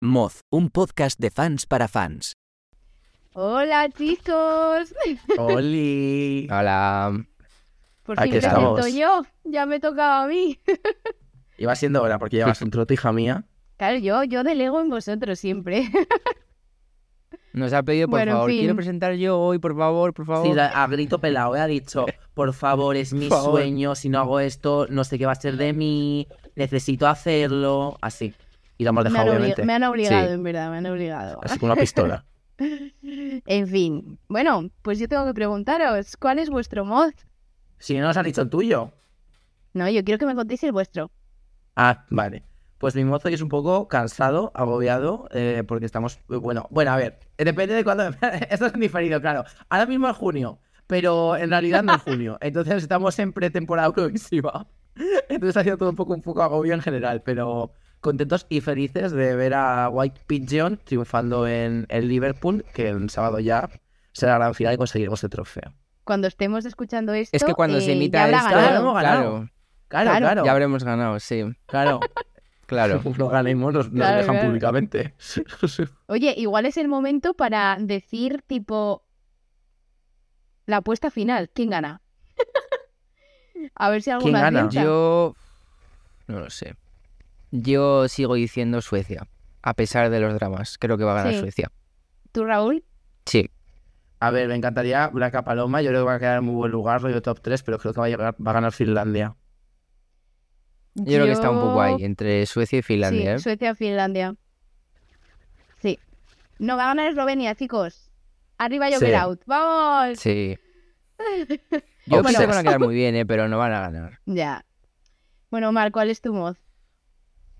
Moz, un podcast de fans para fans. Hola chicos, Oli. Hola. por Aquí fin presento estamos. yo, ya me tocaba a mí. Iba siendo hora porque llevas un trote, hija mía. Claro, yo, yo delego en vosotros siempre. Nos ha pedido, por Bueno, en favor, fin. quiero presentar yo hoy, por favor, por favor. Sí, da- a grito pelado, ¿eh? ha dicho, por favor, es mi Por favor. sueño, si no hago esto, no sé qué va a ser de mí, necesito hacerlo, así. Y lo hemos me, dejado, han obli- obviamente. me han obligado, Sí. en verdad, me han obligado. Así con una pistola. En fin, bueno, pues yo tengo que preguntaros, ¿cuál es vuestro mod? Si no nos has dicho el tuyo. No, yo quiero que me contéis el vuestro. Ah, vale. Pues mi mozo hoy es un poco cansado, agobiado, eh, porque estamos. Bueno, bueno, a ver, depende de cuándo. Esto es diferido, claro. Ahora mismo es junio, pero en realidad no es junio. Entonces estamos en pretemporada progresiva. Entonces ha sido todo un poco un poco agobio en general, pero contentos y felices de ver a White Pigeon triunfando en el Liverpool, que el sábado ya será la gran final y conseguiremos el trofeo. Cuando estemos escuchando esto, Es que cuando se eh, ya emita habrá esto, ganado. Hemos ganado. claro, Claro, Claro. claro, ya habremos ganado, sí, claro. claro. Lo ganemos, nos, nos Claro, dejan claro. públicamente. Oye, igual es el momento para decir, tipo, la apuesta final, ¿quién gana? a ver si alguna gana? acienta. Yo no lo sé. Yo sigo diciendo Suecia, a pesar de los dramas. Creo que va a ganar Sí. Suecia. ¿Tú, Raúl? Sí. A ver, me encantaría Blanca Paloma. Yo creo que va a quedar en muy buen lugar, rollo top 3, pero creo que va a, llegar, va a ganar Finlandia. Yo, creo que está un poco ahí, entre Suecia y Finlandia. ¿eh? Sí, Suecia, Finlandia. Sí. No va a ganar Eslovenia, chicos. Arriba yo Sí. get out. ¡Vamos! Sí. Yo Bueno. pienso que van a quedar muy bien, ¿eh? pero no van a ganar. Ya. Bueno, Mar, ¿cuál es tu mod?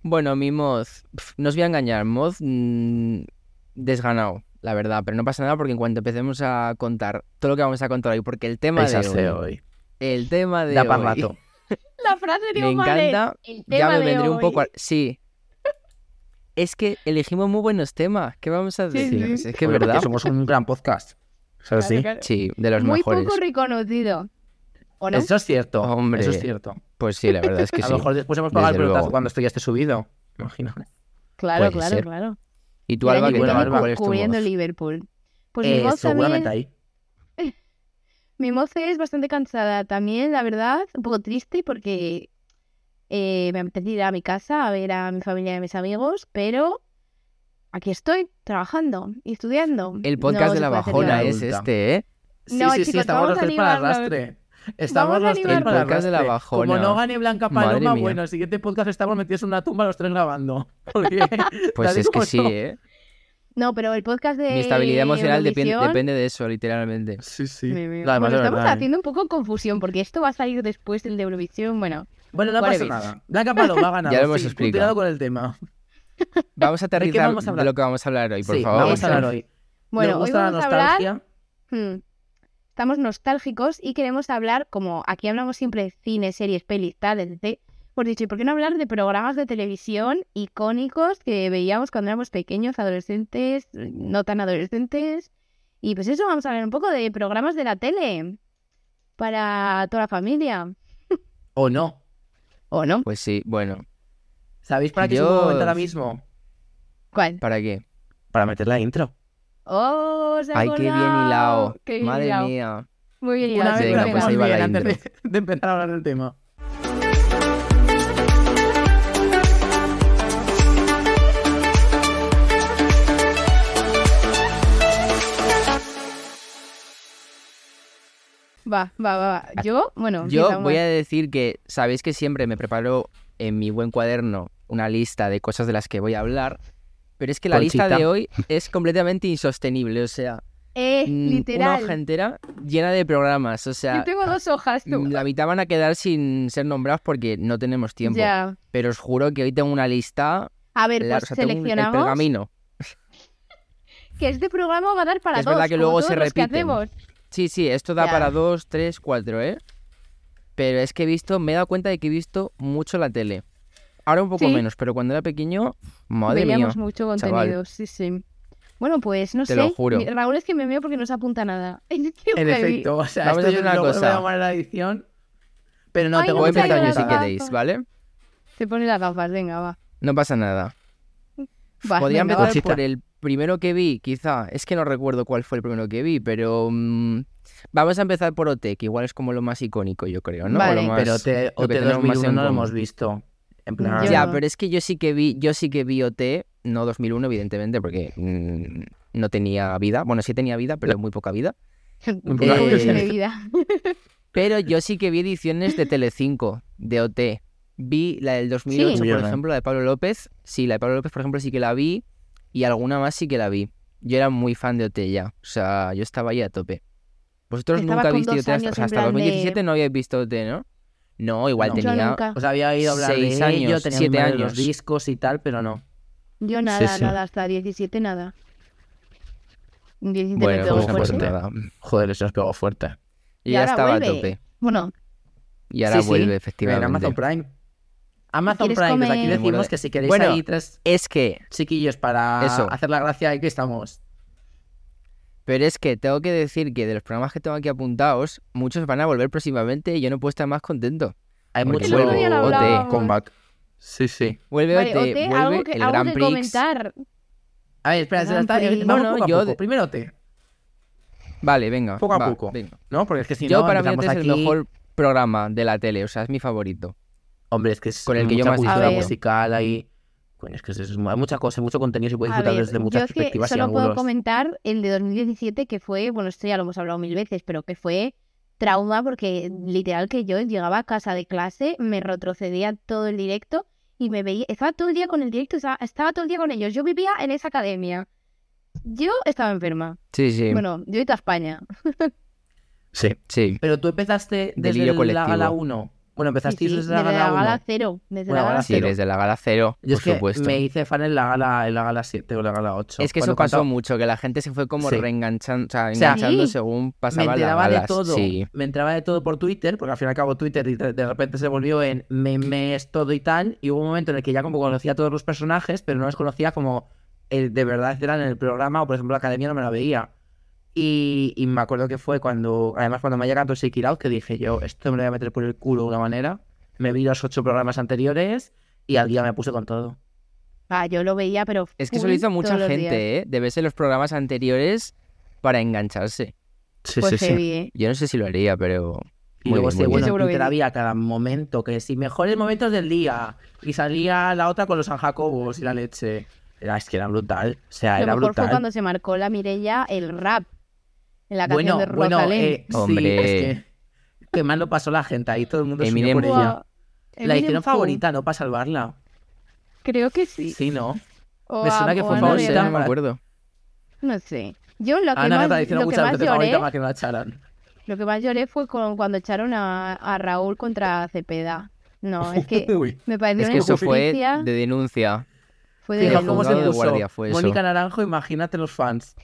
Bueno, mi Moz, pf, no os voy a engañar, Moz mm, desganado, la verdad, pero no pasa nada porque en cuanto empecemos a contar todo lo que vamos a contar hoy, porque el tema Esa de hoy, sé hoy. el tema de eh. Da hoy, para rato. La frase de me Omar es, encanta, El ya tema me de vendré un hoy. poco, a- sí, es que elegimos muy buenos temas, ¿qué vamos a Sí, decir? sí. Pues Es que es Porque verdad, Somos un gran podcast. Claro, ¿Sabes? Sí. claro. sí, de los Muy mejores, poco reconocido. ¿O no? Eso es cierto. Hombre. Eso es cierto. pues sí, la verdad es que a sí, lo mejor después hemos pagado el Desde pelotazo luego. Pues cuando esto ya esté subido. Imagino. claro, puede claro, ser. claro. y tú El Alba, año ¿qué que bueno, tal? viene Alba, cu- ¿Cuál es tu cubriendo voz? Liverpool. Pues Eh, mi mod seguramente también, ahí. mi mod es bastante cansada también, la verdad. Un poco triste porque eh, me apetece ir a mi casa a ver a mi familia y a mis amigos, pero aquí estoy trabajando y estudiando. El podcast No de se la puede hacer bajona nada. es adulta. este, ¿eh? Sí, No, sí, sí, chicos, estamos los vamos a tres para animarnos. arrastre. Estamos Vamos a los tres animarnos. para El podcast de la arrastre. Como bajona. no gane Blanca Madre Paloma, mía. bueno, el siguiente podcast estamos metidos en una tumba los tres grabando. Porque Pues tal y es que como sí, son- ¿eh? No, pero el podcast de Mi estabilidad emocional depen- Eurovisión- depende de eso, literalmente. Sí, sí. Me- me- Además, bueno, de estamos verdad, ¿eh? haciendo un poco confusión porque esto va a salir después del de Eurovisión. Bueno, Bueno, no pasa Whatever. nada. Blanca Paloma ha ganado. Ya lo hemos sí, tú explicado. Cuidado con el tema. Vamos a qué aterrizar vamos a de hablar? lo que vamos a hablar hoy, por sí, favor. vamos a hablar Eso. hoy. bueno Nos hoy gusta la vamos a hablar nostalgia. Hmm. Estamos nostálgicos y queremos hablar, como aquí hablamos siempre de cine, series, pelis, tal, etc. Por dicho, ¿y por qué no hablar de programas de televisión icónicos que veíamos cuando éramos pequeños, adolescentes, no tan adolescentes? Y pues eso, vamos a hablar un poco de programas de la tele para toda la familia, ¿O no? ¿o no? Pues sí, bueno, ¿Sabéis para qué es un buen Dios. momento ahora mismo? ¿Cuál? ¿para qué? Para meter la intro. ¡Oh, se ha Ay, qué bien acordado! hilado. ¡Qué bien Madre hilado! mía. Muy bien Una hilado. vez sí, que la venga, pues pongas ahí va bien la antes de, de empezar a hablar del tema. Va, va, va, va. Yo, bueno, Yo empieza, voy a Omar. decir que, sabéis que siempre me preparo en mi buen cuaderno una lista de cosas de las que voy a hablar, pero es que la lista Conchita. de hoy es completamente insostenible, o sea, Eh, mm, una literal. hoja entera llena de programas, o sea, Yo tengo dos hojas, tú. la mitad van a quedar sin ser nombrados porque no tenemos tiempo, Ya. pero os juro que hoy tengo una lista A ver, La- pues o sea, tengo un- el seleccionamos pergamino. que este programa va a dar para Es dos. verdad que como luego todos se los que repiten. hacemos. Sí, sí, esto da Ya. para dos, tres, cuatro, ¿eh? Pero es que he visto, me he dado cuenta de que he visto mucho la tele. Ahora un poco Sí. menos, pero cuando era pequeño, madre Veíamos mía. mucho chaval. contenido, sí, sí. Bueno, pues no Te sé. lo juro. Mi- Raúl es que me veo porque no se apunta nada. Es que En me vi. efecto, o sea, Vamos esto a yo hacer una luego lo voy cosa. a llamar a la edición. Pero no, Ay, tengo no Voy a que me meter empezar caigo la yo las si lista. gafas. queréis, ¿vale? Se pone las gafas, venga, va. No pasa nada. Va, Podría venga, empezar Conchita. por el primero que vi, quizá. Es que no recuerdo cuál fue el primero que vi, pero mm, vamos a empezar por OT, que igual es como lo más icónico, yo creo, ¿no? O Vale. lo más- Pero te, lo que OT tenemos más 2001 en no lo común. hemos visto. En plan, Yo- Ya, pero es que yo sí que vi, yo sí que vi OT, no 2001 evidentemente, porque mm, no tenía vida. Bueno, sí tenía vida, pero muy poca vida. Un poco de- poco de vida. Pero yo sí que vi ediciones de Telecinco, de OT. Vi la del 2008, Sí. por Bien. ejemplo, la de Pablo López. Sí, la de Pablo López, por ejemplo, sí que la vi. Y alguna más sí que la vi. Yo era muy fan de OT ya. O sea, yo estaba ahí a tope. Vosotros Estaba nunca con visteis dos OT hasta, años o sea, en hasta plan de- 2017, no habíais visto OT, ¿no? No, igual No. Yo tenía... Yo nunca. Os había oído hablar Seis de ello, años, tenía siete mi madre los años. discos y tal, pero no. Yo nada, sí. nada, hasta 17 nada. 17 me Bueno, pegó pues, no pues fuerte. nada. nada. Joder, eso os pegó fuerte. Yo Y ya ahora estaba vuelve. a tope. Bueno, Y ahora Sí, sí, vuelve, en En efectivamente. Amazon Prime. Amazon ¿Quieres Prime, desde aquí comer? Me muero decimos de- que si queréis Bueno. ahí tres Es que chiquillos para Eso. hacer la gracia, aquí estamos. Pero es que tengo que decir que de los programas que tengo aquí apuntados, muchos van a volver próximamente y yo no puedo estar más contento. Hay Porque mucho luego ya lo OT, hablábamos. comeback. Sí, sí. Vuelve vale, OT, OT, vuelve algo que, el algo Gran que Prix. comentar. A ver, espera, se la está... Gran Prix. vamos No, poco a yo poco. de- Primero te, Vale, venga. Poco a va, poco. venga. ¿no? Porque este es que si yo no, para mí OT empezamos es el aquí... mejor programa de la tele, o sea, es mi favorito. Hombre, es que es Con el que yo mucha más cultura disfruto. musical ahí. Coño, es que es, es- hay mucha cosa, mucho contenido y se puede A disfrutar ver, desde yo muchas es que perspectivas y solo puedo ángulos. comentar el de 2017 que fue, bueno, esto ya lo hemos hablado mil veces, pero que fue trauma porque literal que yo llegaba a casa de clase, me retrocedía todo el directo y me veía, estaba todo el día con el directo, estaba, estaba todo el día con ellos. Yo vivía en esa academia. Yo estaba enferma. Sí, sí, Bueno, yo y toda España. Sí. sí. Pero tú empezaste desde Delirio la colectivo. gala 1. Bueno, Sí, empezaste sí, desde la desde la gala 1. gala cero. Desde Bueno, la ahora gala Sí, cero. desde la gala cero, Yo por es que supuesto. me hice fan en la gala, en la gala 7 o la gala 8. Es que eso Cuando pasó contaba- mucho, que la gente se fue como Sí. reenganchando, o sea, sea, enganchando Sí. según Me pasaba la enteraba gala. de todo. Sí. Me enteraba de todo por Twitter, porque al fin y al cabo Twitter y de de repente se volvió en memes, todo y tal. Y hubo un momento en el que ya como conocía a todos los personajes, pero no los conocía como eh, de verdad eran en el programa o, por ejemplo, la academia no me la veía. Y, y me acuerdo que fue cuando, además, cuando me ha llegado Toxic Out, que dije yo, esto me lo voy a meter por el culo de una manera. Me vi los ocho programas anteriores y al día me puse con todo. Ah, yo lo veía, pero. Es que eso full lo hizo todos mucha los días. gente, ¿eh? Debe ser los programas anteriores para engancharse. Sí, Pues heavy, ¿eh? Yo no sé si lo haría, pero... Y Muy luego bien, se muy bien. bueno, en Seguro Twitter que- había cada momento que si mejores momentos del día y salía la otra con los San Jacobos y la leche. Era, es que era brutal. O sea, Lo Ah, era mejor fue brutal. cuando se marcó la Mirella el rap en la canción bueno, de bueno, Rosalén. eh, sí, Hombre. es que, que mal lo pasó la gente ahí, todo el mundo se Eminem. por Buah, ella. La Eminem hicieron Fu, favorita, ¿no? Para salvarla. Creo que sí. Sí, ¿no. O me a- suena que o fue a No, favorita. sé, Noriega. no me acuerdo. No sé. Yo lo que Ana Gata la más, lo hicieron que muchas más veces favorita lloré, para que no la echaran. lo que más lloré fue con, cuando echaron a, a Raúl contra Cepeda. No, es que Uy. me pareció Es que una eso fue injusticia. de denuncia. Fue de Fijaos Fijaos el cómo se juzgado de puso. guardia fue eso. Mónica Naranjo, imagínate los fans.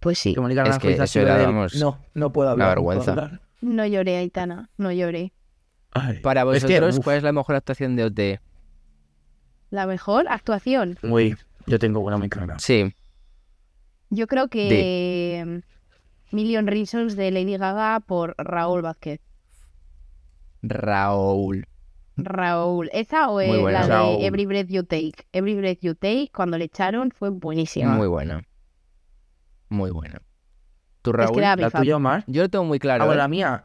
Pues sí. Que Mónica Es Naranjo que hizo eso así lo era, del, vamos, No, no puedo hablar. no puedo vergüenza. hablar". No lloré, Aitana. No lloré. Ay. Para Es que, vosotros, pues, uf. ¿cuál es la mejor actuación de OT? La mejor actuación. Uy, yo tengo una muy clara. Sí, Yo creo que mm, Million Reasons de Lady Gaga por Raúl Vázquez. Raúl. Raúl, esa o Muy eh, buena. la Raúl. de Every Breath You Take. Every Breath You Take, cuando le echaron, fue buenísima. Muy buena. Muy buena. ¿Tu es Raúl? que era mi ¿La fan. tuya, Omar? Yo lo tengo muy claro. Ah, bueno, ¿eh? la mía.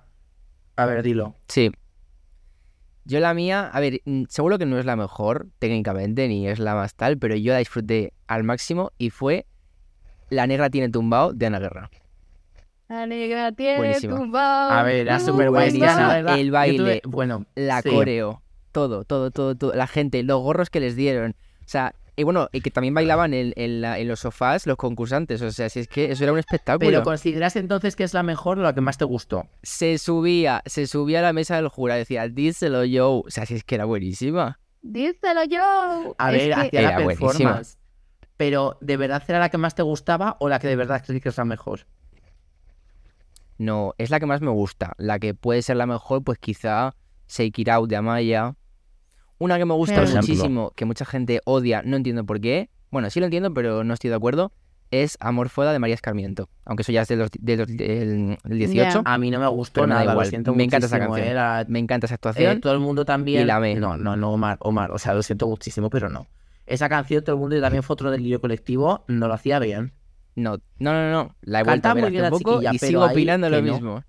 A ver, dilo. Sí. Yo la mía, a ver, mm, seguro que no es la mejor técnicamente, ni es la más tal, pero yo la disfruté al máximo y fue La negra tiene tumbado de Ana Guerra. La negra tiene Buenísima. tumbado A ver, era tu súper buenísima. buenísima. tumbado. El baile, bueno, la sí. coreo, todo, todo, todo, todo, la gente, los gorros que les dieron. O sea, y bueno, y que también bailaban en, en la- en los sofás los concursantes. O sea, si es que eso era un espectáculo. Pero ¿consideras entonces que es la mejor o la que más te gustó? Se subía, se subía a la mesa del jurado, decía, díselo yo. O sea, si es que era buenísima. Díselo yo. A Es ver, que hacia la Era buenísima. performance. Pero, ¿de verdad era la que más te gustaba o la que de verdad crees que es la mejor? No, es la que más me gusta. La que puede ser la mejor, pues quizá Shake It Out de Amaya. Una que me gusta Por ejemplo. muchísimo, que mucha gente odia, no entiendo por qué. Bueno, sí lo entiendo, pero no estoy de acuerdo. Es Amor Fuera de María Escarmiento. Aunque eso ya es de los- de los- del, del 18. A mí no me gustó Pero me da nada, lo igual, siento me encanta esa muchísimo, canción. ¿eh? La- Me encanta esa Eh, actuación. todo el mundo también. Y la amé. No, no, no, Omar, Omar. O sea, lo siento muchísimo, pero no. Esa canción, todo el mundo y también fue otro delirio colectivo, no lo hacía bien. No, no, no, no. La he vuelto Canta a ver muy hace bien un la poco chiquilla, y pero sigo ahí opinando lo que no. mismo.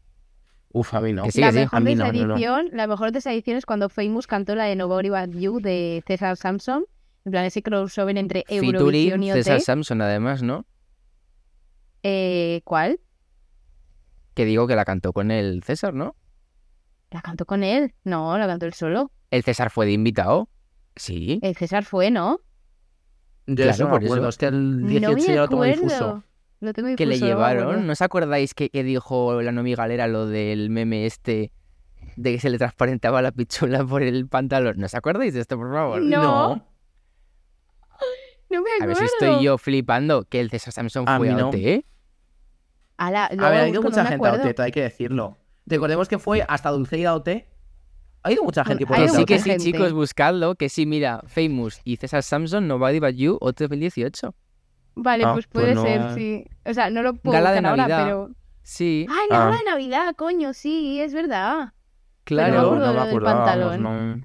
Uf, a mí no. Que sí, la, que sí. mejor A mí no, no, no. desedición, la mejor desedición es cuando Famous cantó la de Nobody But You de César Samson. En plan, ese crossover entre Eurovisión Featuring y César OT. Samson, además, ¿no? Eh, ¿Cuál? Que digo que la cantó con el César, ¿no? ¿La cantó con él? No, la cantó él solo. El César fue de invitado. Sí. El César fue, ¿no? Yo Claro, eso no por me acuerdo, eso. es que el no 18 me ya lo tengo acuerdo. difuso. Lo tengo difuso. que le no me acuerdo. llevaron. ¿No os acordáis que, que dijo la nomi galera lo del meme este de que se le transparentaba la pichula por el pantalón? ¿No os acordáis de esto, por favor? No. No. No me acuerdo. A ver si estoy yo flipando que el César Samson A fue mí a no. OT. Ala, A luego ver, lo ha busco, ido no mucha me gente a acuerdo. OT, hay que decirlo. Recordemos que fue hasta Dulceida OT. Ha ido mucha gente por Ha Que ido esa sí, mucha que OT. sí, gente. chicos, buscadlo. Que sí, mira, Famous y César Samson, Nobody But You, OT 2018. Vale, Ah, pues pues puede no, ser, eh. sí. O sea, no lo puedo Gala de buscar ahora, Navidad. pero... Sí, ¡Ay, la Ah. gala de Navidad, coño! Sí, es verdad. claro. no me acuerdo lo me del acordaba, pantalón. no.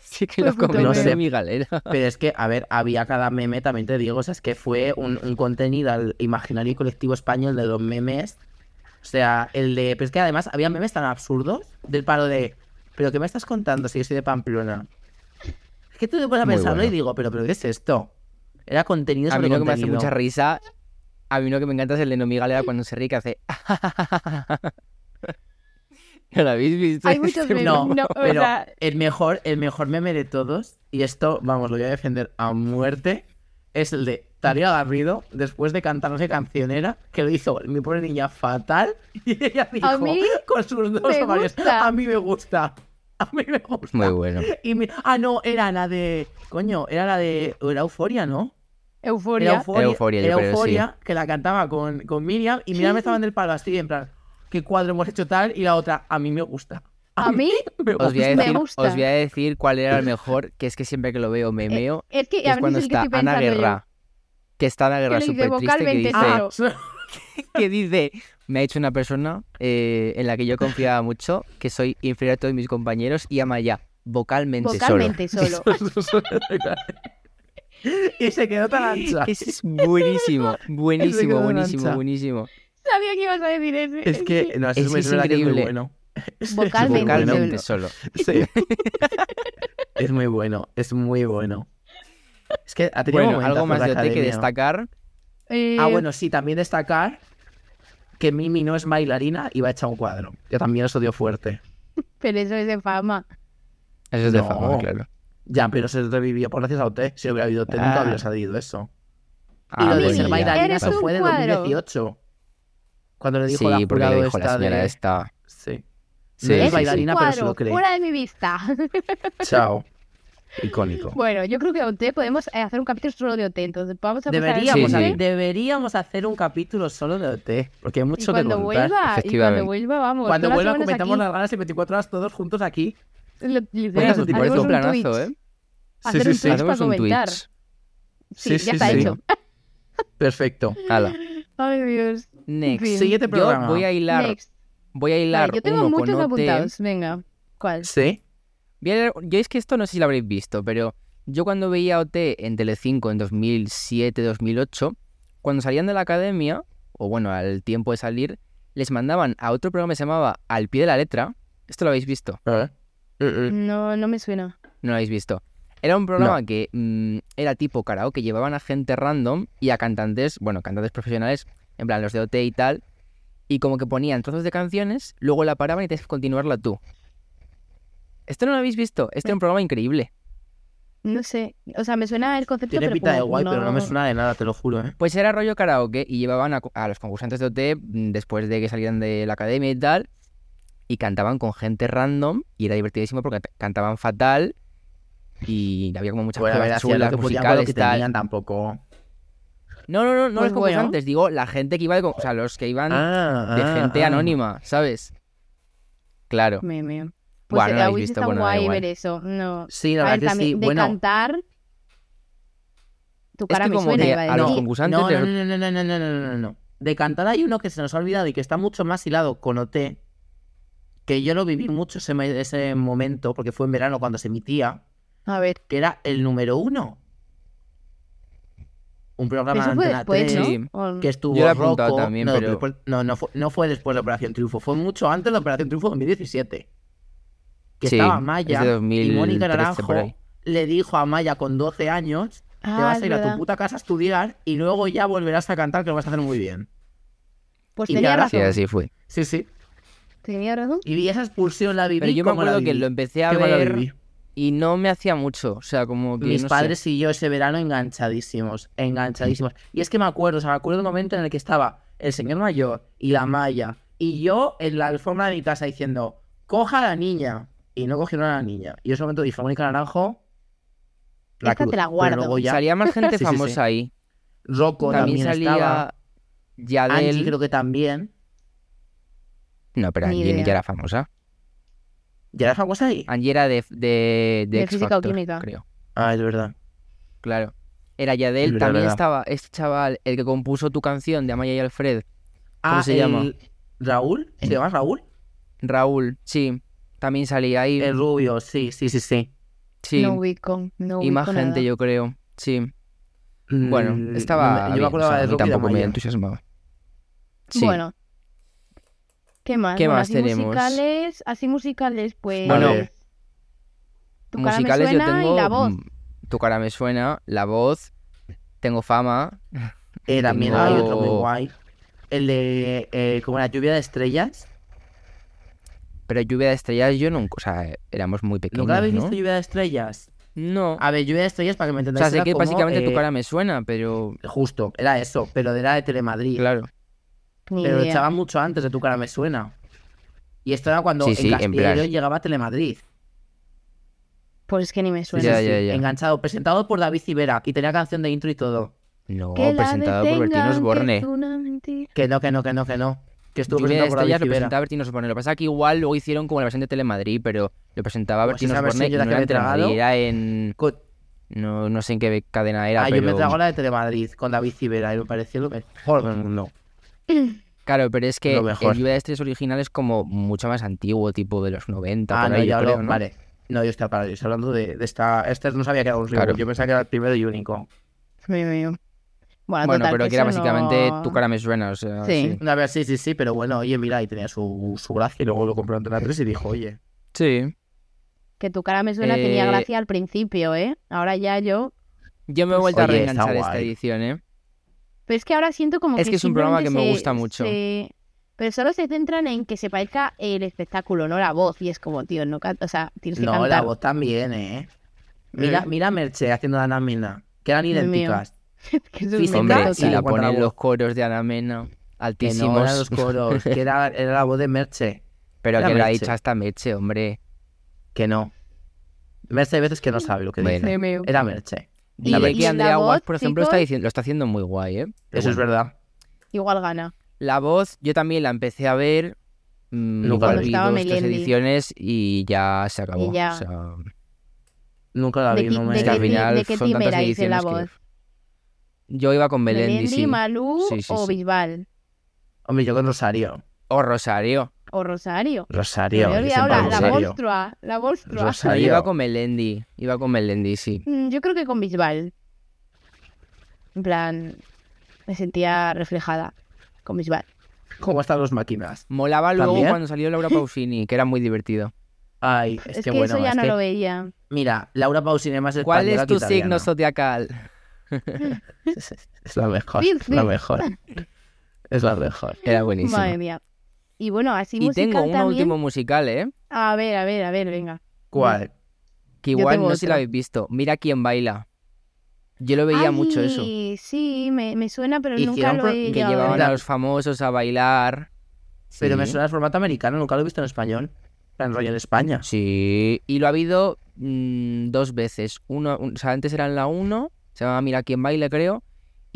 Sí que Fue lo puto comentó meme. mi galera. Pero es que, a ver, había cada meme, también te digo, o sea, es que fue un, un contenido al imaginario colectivo español de los memes. O sea, el de. Pero es que además había memes tan absurdos del paro de. ¿Pero qué me estás contando si yo soy de Pamplona? Es que tú te pones a Muy pensarlo bueno. y digo, ¿pero, pero qué es esto? Era contenido A mí sobre lo que me hace contenido. mucha risa, a mí lo que me encanta es el de Nomi Galera cuando se ríe que hace... ¿No lo habéis visto? Hay muchos memes. no, no, o pero sea- el mejor, el mejor meme de todos, y esto, vamos, lo voy a defender a muerte, es el de Talia Garrido, después de cantarnos de cancionera, que lo hizo mi pobre niña fatal, y ella dijo, A mí con sus dos me ovarios, gusta. a mí me gusta, a mí me gusta. Muy bueno. Y mi- ah, no, era la de, coño, era la de, era Euforia, ¿no? Euforia. Era euforia. Euforia, yo era creo, Euforia, que la cantaba con, con Miriam y Miriam estaba en el palo así, en plan, qué cuadro hemos hecho tal, y la otra, a mí me gusta. ¿A mí? me Os voy, a Me decir, gusta. os voy a decir cuál era el mejor, que es que siempre que lo veo memeo, Es que es a cuando veces el que está estoy Ana pensando yo. Guerra, que está Ana Guerra le dice súper triste, que vocalmente, dice, "Ah". Ah, que dice, me ha hecho una persona eh, en la que yo confiaba mucho, que soy inferior a todos mis compañeros y ama ya, vocalmente, Vocalmente solo. solo. y se quedó tan ancha. Ese es buenísimo, buenísimo, quedó buenísimo, enganchado. buenísimo. Sabía que ibas a decir ese. Es que, no, eso Es- es, es verdad que es muy increíble. bueno. Es muy Vocalmente bueno. Vocalmente solo. Sí. es muy bueno, es muy bueno. Es que ha tenido Bueno, momentazos algo más la de OT que academia. destacar. Eh, Ah, bueno, sí, también destacar que Mimi no es bailarina y va a echar un cuadro. Que también eso dio fuerte. Pero eso es de fama. Eso es de No. fama, claro. Ya, pero se revivió por gracias a usted. Si hubiera habido usted, Ah. nunca hubiera salido eso. Ah, y lo de bueno, ser ya. bailarina Eres se un fue en cuadro. 2018. Cuando le dijo Sí, la porque jurado le dijo la esta señora de... esta. Sí. Sí, sí, no es sí. bailarina, un pero se cuadro, lo cree. Fuera de mi vista. Chao. Icónico. bueno, yo creo que OT podemos eh, hacer un capítulo solo de OT. Entonces vamos a pasar al Deberíamos, Sí, ha- sí. siguiente, deberíamos hacer un capítulo solo de OT, porque hay Y mucho que cuando contar. vuelva, y Efectivamente. cuando vuelva, vamos. Cuando todas vuelva las semanas comentamos aquí. las ganas y 24 horas todos juntos aquí. Lo- Bueno, literal, eso te hacemos parece un un planazo, Twitch. ¿eh? Hacer un Twitch Hacemos para un comentar. Twitch. Sí, ya está hecho. Perfecto. Hala. Ay, Dios. Next. fin. Siguiente programa. Yo voy a hilar, Next. voy a hilar Vale, yo tengo uno con muchos OT. apuntados. Venga. ¿Cuál? Sí. Voy a hilar- yo es que esto no sé si lo habréis visto, pero yo cuando veía OT en Telecinco en 2007, 2008, cuando salían de la academia, o bueno, al tiempo de salir, les mandaban a otro programa que se llamaba Al pie de la letra. Esto lo habéis visto. Eh. No, no me suena. No lo habéis visto. Era un programa que mm, era tipo karaoke, llevaban a gente random y a cantantes, bueno, cantantes profesionales, en plan los de OT y tal, y como que ponían trozos de canciones, luego la paraban y tenías que continuarla tú. Esto no lo habéis visto, este era un programa increíble. No sé. O sea, me suena el concepto, Tiene pero pinta de como guay, pero no me suena de nada, te lo juro, ¿eh? Pues era rollo karaoke y llevaban a, a los concursantes de OT mm, después de que salían de la academia y tal, y cantaban con gente random y era divertidísimo porque ca- cantaban fatal y había como muchas Bueno, a ver, pruebas Pues hacían lo las que podían con lo musicales que tal. tenían tampoco. No, no, no, no Pues los bueno. concursantes, digo la gente que iba de con- O sea, los que iban Ah, de ah, gente ah. anónima, ¿sabes? Claro. Meme. Pues Buah, no lo la habéis Wii visto, está bueno, da guay igual. ver eso. No. Sí, la a ver, verdad que también sí. de Bueno, cantar. Tu Es cara que me como suena, que iba a a los decir. concursantes ah, No, les- no, no, no, no, no, no, no, no, no. De cantar hay uno que se nos ha olvidado y que está mucho más hilado con OT, que yo lo viví mucho ese, me- ese momento, porque fue en verano cuando se emitía, A ver. que era el número uno. Un programa Eso de fue Antena después, 3 Sí. ¿no? O- que estuvo Yo lo he apuntado Rocco. también, no, pero- después- no, no fue, no fue después de Operación Triunfo, fue mucho antes de Operación Triunfo 2017. Que Sí, estaba es de Maya y 2013 Mónica por Naranjo ahí. le dijo a Maya con 12 años, te Ah, vas es a ir a verdad. tu puta casa a estudiar y luego ya volverás a cantar que lo vas a hacer muy bien. Pues y tenía ahora Sí, razón. así fue. Sí, sí. Tenía razón. Y vi esa expulsión la viví Pero yo me como la acuerdo que viví. lo empecé a Qué mal la viví. ver y no me hacía mucho. O sea, como que. Mis no sé. padres y yo ese verano enganchadísimos, enganchadísimos. Y es que me acuerdo, o sea, me acuerdo del momento en el que estaba el señor mayor y la Maya y yo en la alfombra de mi casa diciendo, coja a la niña. Y no cogieron a la niña. Y yo en ese momento dije, Mónica Naranjo, Esta te la Pero guardo. luego ya, Salía más gente Sí, sí, sí. famosa ahí. Rocco También, también, estaba. salía. Yadel. Angie creo que también. No, pero Ni Angie idea. ya era famosa. ¿Ya era famosa ahí? Angie era de, de, De X física o Factor, química. creo. Ah, es verdad. Claro. Era Yadel, Verdad, también verdad. estaba este chaval, el que compuso tu canción de Amaya y Alfred, Ah, se el- llama? ¿Raúl? ¿Se llama Raúl? Raúl, sí, también salía ahí, El rubio, sí, sí, sí, sí. sí, No ubico. No y ubico más nada. gente yo creo, sí. Bueno, Mm, estaba no me- Yo bien, me o acordaba sea, de a mí Rocco y de tampoco me Amaya. entusiasmaba. Sí. Bueno. ¿Qué más? ¿Qué Bueno, más así tenemos? Musicales, así musicales, pues. Bueno. tu cara musicales me yo suena tengo y la voz. mm, Tu cara me suena, la voz, tengo fama, Eh, también Tengo- hay otro muy guay. El de. Eh, como la lluvia de estrellas. pero Lluvia de Estrellas yo nunca, o sea, eh, éramos muy pequeños, ¿Nunca habéis ¿no? visto lluvia de estrellas? No, A ver, lluvia de estrellas para que me o entendáis. sea, sé era que como, básicamente tu eh, cara me suena, pero Justo, era eso, pero era de Telemadrid. claro, Ni Pero lo idea. echaban mucho antes de tu cara me suena. Y esto era cuando Sí, en sí, en Castilla y plan. León llegaba a Telemadrid. Pues es que ni me suena. Ya, ya, ya. Enganchado, presentado por David Civera. Y tenía canción de intro y todo. no, Que la presentado oh, por detengan, Bertino que Osborne. es una mentira. Que no, que no, que no, que no. Que estuvo Lluvia de presentado por David Estrellas lo Civera. presentaba Bertino Osborne. Lo que pasa es que igual luego hicieron como la versión de Telemadrid, pero lo presentaba Pues Bertino esa versión Osborne y yo no la que era me en he tragado. Telemadrid, era en... Co- No, no sé en qué cadena era, Ah, pero... yo me trago la de Telemadrid con David Civera y me pareció lo mejor del mundo. Claro, pero es que Lo el mejor. Lluvia de Estrellas original es como mucho más antiguo, tipo de los 90, Ah, por no, ahí, yo ya hablo- creo, ¿no? Vale. No, yo estaba, parado, yo estaba hablando de, de esta. Este no sabía que era un reboot. Claro. Yo pensaba que era el primero y único. Mío, mío. Bueno, Bueno, total, pero que que era eso básicamente no- tu cara me suena, o sea, Sí. sí. A ver, sí, sí, sí, pero bueno, oye, mira, y tenía su, su gracia y luego lo compró Antena 3 y dijo, oye, Sí. Que tu cara me suena tenía Eh, gracia al principio, ¿eh? Ahora ya yo. Yo me he vuelto a Oye, está reenganchar esta guay. edición, ¿eh? Pero es que ahora siento como Es que es un programa que me simplemente gusta mucho. se- Pero solo se centran en que se parezca el espectáculo, no la voz. Y es como, tío, no can- O sea, tienes que no, cantar. la voz también, ¿eh? Mira, Eh. mira a Merche haciendo la Namina, que eran Dios mío. idénticas. que es un Física, invento Hombre, encanta si total. la en cuanto a la ponen voz. los coros de Ana Mena, Que no eran altísimos, los coros, que era, era la voz de Merche, pero era que lo ha Merche. dicho hasta Meche, hombre. que no. Merche hay veces que no sabe lo que Bueno. dice. Dios mío. Era Merche. Y La ve verdad. que Andrea la voz, Guas, por ejemplo, está chicos? diciendo, lo está haciendo muy guay, ¿eh? Pero Eso es bueno. verdad. Igual gana. La voz, yo también la empecé a ver. mm, Nunca igual la vi vi. Cuando estaba dos, tres Melendi. ediciones y ya se acabó. Y ya. O sea, Nunca la ¿De vi, qué- no es me... que al qué ti- final de qué son team tantas erais de la ediciones que- voz? Yo iba con Melendi, sí. Malú Sí, sí, o sí. Bisbal. Hombre, yo con Rosario. O Oh, Rosario. O Rosario. Rosario. me he yo olvidado siempre la, con la Rosario. monstrua. La monstrua. Rosa- Yo Rosario. iba con Melendi. Iba con Melendi, sí. Mm, Yo creo que con Bisbal. En plan, me sentía reflejada con Bisbal. ¿Cómo están los máquinas? Molaba luego ¿También? cuando salió Laura Pausini, que era muy divertido. Ay, es, Es, que, que, bueno, eso ya es no que- lo veía. Mira, Laura Pausini es más ¿Cuál española es que tu italiana. signo zodiacal? Es, es- es la mejor, Bill, es la Bill. mejor. Es la mejor. Era buenísimo. Madre mía. Y bueno, así Y musical tengo un también. último musical, ¿eh? A ver, a ver, a ver, venga. ¿Cuál? Que Yo igual tengo no sé si lo otro. habéis visto. Mira quién baila. Yo lo veía mucho eso. Ay, Sí, me, me suena, pero Hicieron nunca lo pro- he que Que llegado a ver. llevaban Claro. a los famosos a bailar. Pero Sí. me suena el formato americano, nunca lo he visto en español. En rollo en España. Sí, y lo ha habido mm, dos veces. Uno, un- o sea, antes era en la 1, se llamaba Mira quién baila, creo.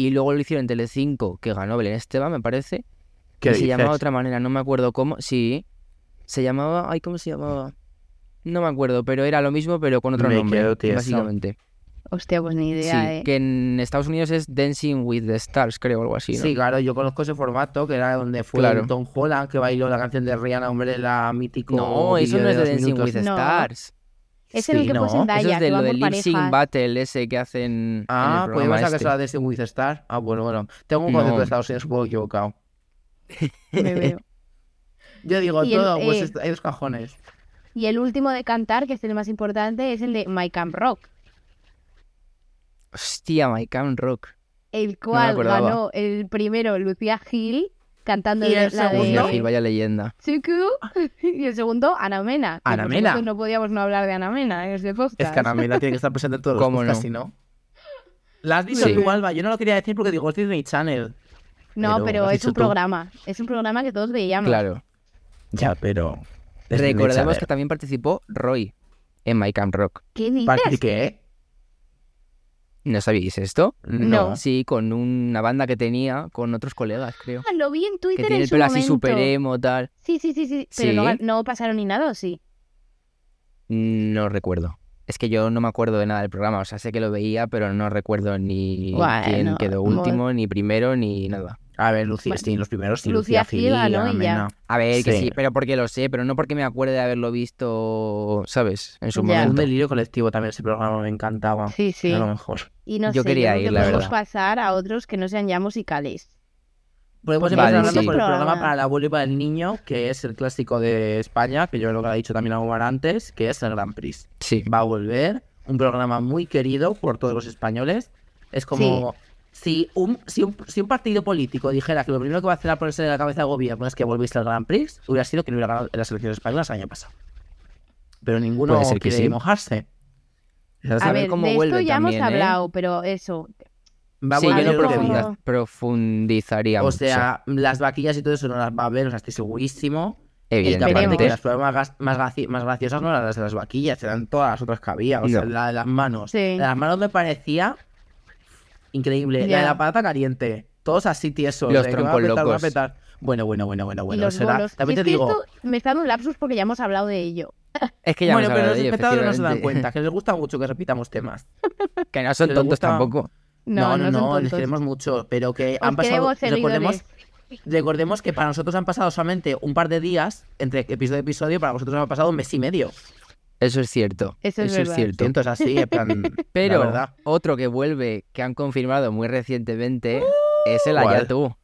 Y luego lo hicieron en Telecinco, que ganó Belén Esteban, me parece. ¿Qué y se llamaba de dices? otra manera, no me acuerdo cómo. Sí, se llamaba. Ay, ¿cómo se llamaba? No me acuerdo, pero era lo mismo, pero con otro Me nombre, quedo tieso. básicamente. Hostia, pues ni Sí, idea, eh. que en Estados Unidos es Dancing with the Stars, creo, algo así. ¿no? Sí, claro, yo conozco ese formato que era donde fue Claro. Tom Holland que bailó la canción de Rihanna, hombre, la mítico. No, eso vídeo no es de dos Dancing minutos. with the No. Stars. Es en el Sí, que ¿no? pues Eso es Eso Zendaya, es de que va lo por del lip sync parejas. battle ese que hacen. Ah, en el podemos programa sacar este. la de este With Star. Ah, bueno, bueno. Tengo un No. concepto de Estados Unidos un poco equivocado. Me veo. Yo digo Y el- todo, pues eh, est- hay dos cajones. Y el último de cantar, que es el más importante, es el de My Camp Rock, Hostia, My Cam Rock. el cual acordaba. ganó el primero Lucía Gil cantando Y de- el la segundo- Lucía Gil, de vaya leyenda. Tsuku y el segundo Ana Mena. que por Ana Mena. supuesto No podíamos no hablar de Ana Mena en este podcast. Es que Anamela tiene que estar presente en todos los ¿Cómo no? podcasts, si no. La has dicho Sí. tú, Alba. Yo no lo quería decir porque digo, es Disney Channel. No, Pero, pero ¿has es dicho un tú? programa. Es un programa que todos veíamos. Claro. Ya, pero. Recordemos que también participó Roy en My Cam Rock. ¿Qué dices? ¿Parte qué? ¿No sabíais esto? No. Sí, con una banda que tenía con otros colegas, creo. Ah, Lo vi en Que Twitter tiene en el su pelo así momento. super emo, tal. Sí, sí, sí, sí. Pero no, Sí. gan- no pasaron ni nada, ¿o sí? No recuerdo. Es que yo no me acuerdo de nada del programa. O sea, sé que lo veía, pero no recuerdo ni Bueno, quién quedó mo- último, ni primero, ni nada. A ver, Lucía, Bueno. sí, los primeros sí, Lucía Lucía, Gil Gil y ganó y Ana ya. Mena. A ver, que Sí. sí, pero porque lo sé, pero no porque me acuerde de haberlo visto, ¿sabes? En su Ya. Un momento. delirio colectivo también ese programa me encantaba. Sí, sí. Era lo mejor. Y no Yo sé, quería creo ir, que la podemos verdad. pasar a otros que no sean ya musicales. Podemos Vale, empezar hablando sí. por el programa Programa. para la abuelo y para el niño, que es el clásico de España, que yo creo que lo ha dicho también Omar antes, que es el Gran Prix. Sí. Va a volver, un programa muy querido por todos los españoles. Es como si, un, si, un, si un partido político dijera que lo primero que va a hacer al ponerse en la cabeza del gobierno es que volviese al Gran Prix, hubiera sido que no hubiera ganado las elecciones españolas el año pasado. Pero ninguno Puede ser que quiere sí. mojarse. A A saber ver, cómo de esto vuelve ya hemos también, ¿eh? hablado, pero eso. Va a Sí, yo volver no lo que profunda- diga. profundiz- profundizaría O mucho, sea, las vaquillas y todo eso no las va a ver, o sea, estoy segurísimo. Y que aparte que evidentemente. las pruebas más, gas- más, graci- más graciosas no eran las de las vaquillas, eran todas las otras que había, o sea, No. la de las manos. Sí. La de las manos me parecía increíble. La Ya. de la patata caliente, todos así tiesos. Los de que van a petar, van a trompolocos. petar. Bueno, bueno, bueno, bueno, bueno. y los será- bolos. También Y te es que digo, esto me está dando un lapsus porque ya hemos hablado de ello. Es que ya bueno, hemos pero hablado los de ello, espectadores no se dan efectivamente. cuenta, que les gusta mucho que repitamos temas. Que no son que les tontos gusta- tampoco. No, no, no, son les tontos. queremos mucho, pero que Os han pasado. queremos, Recordemos, seguidores. recordemos que para nosotros han pasado solamente un par de días entre episodio y episodio, para vosotros han pasado un mes y medio. Eso es cierto. Eso es verdad. cierto. Siento, es así, en plan, la Pero verdad. otro que vuelve, que han confirmado muy recientemente, es el ¿Cuál? Ayatú.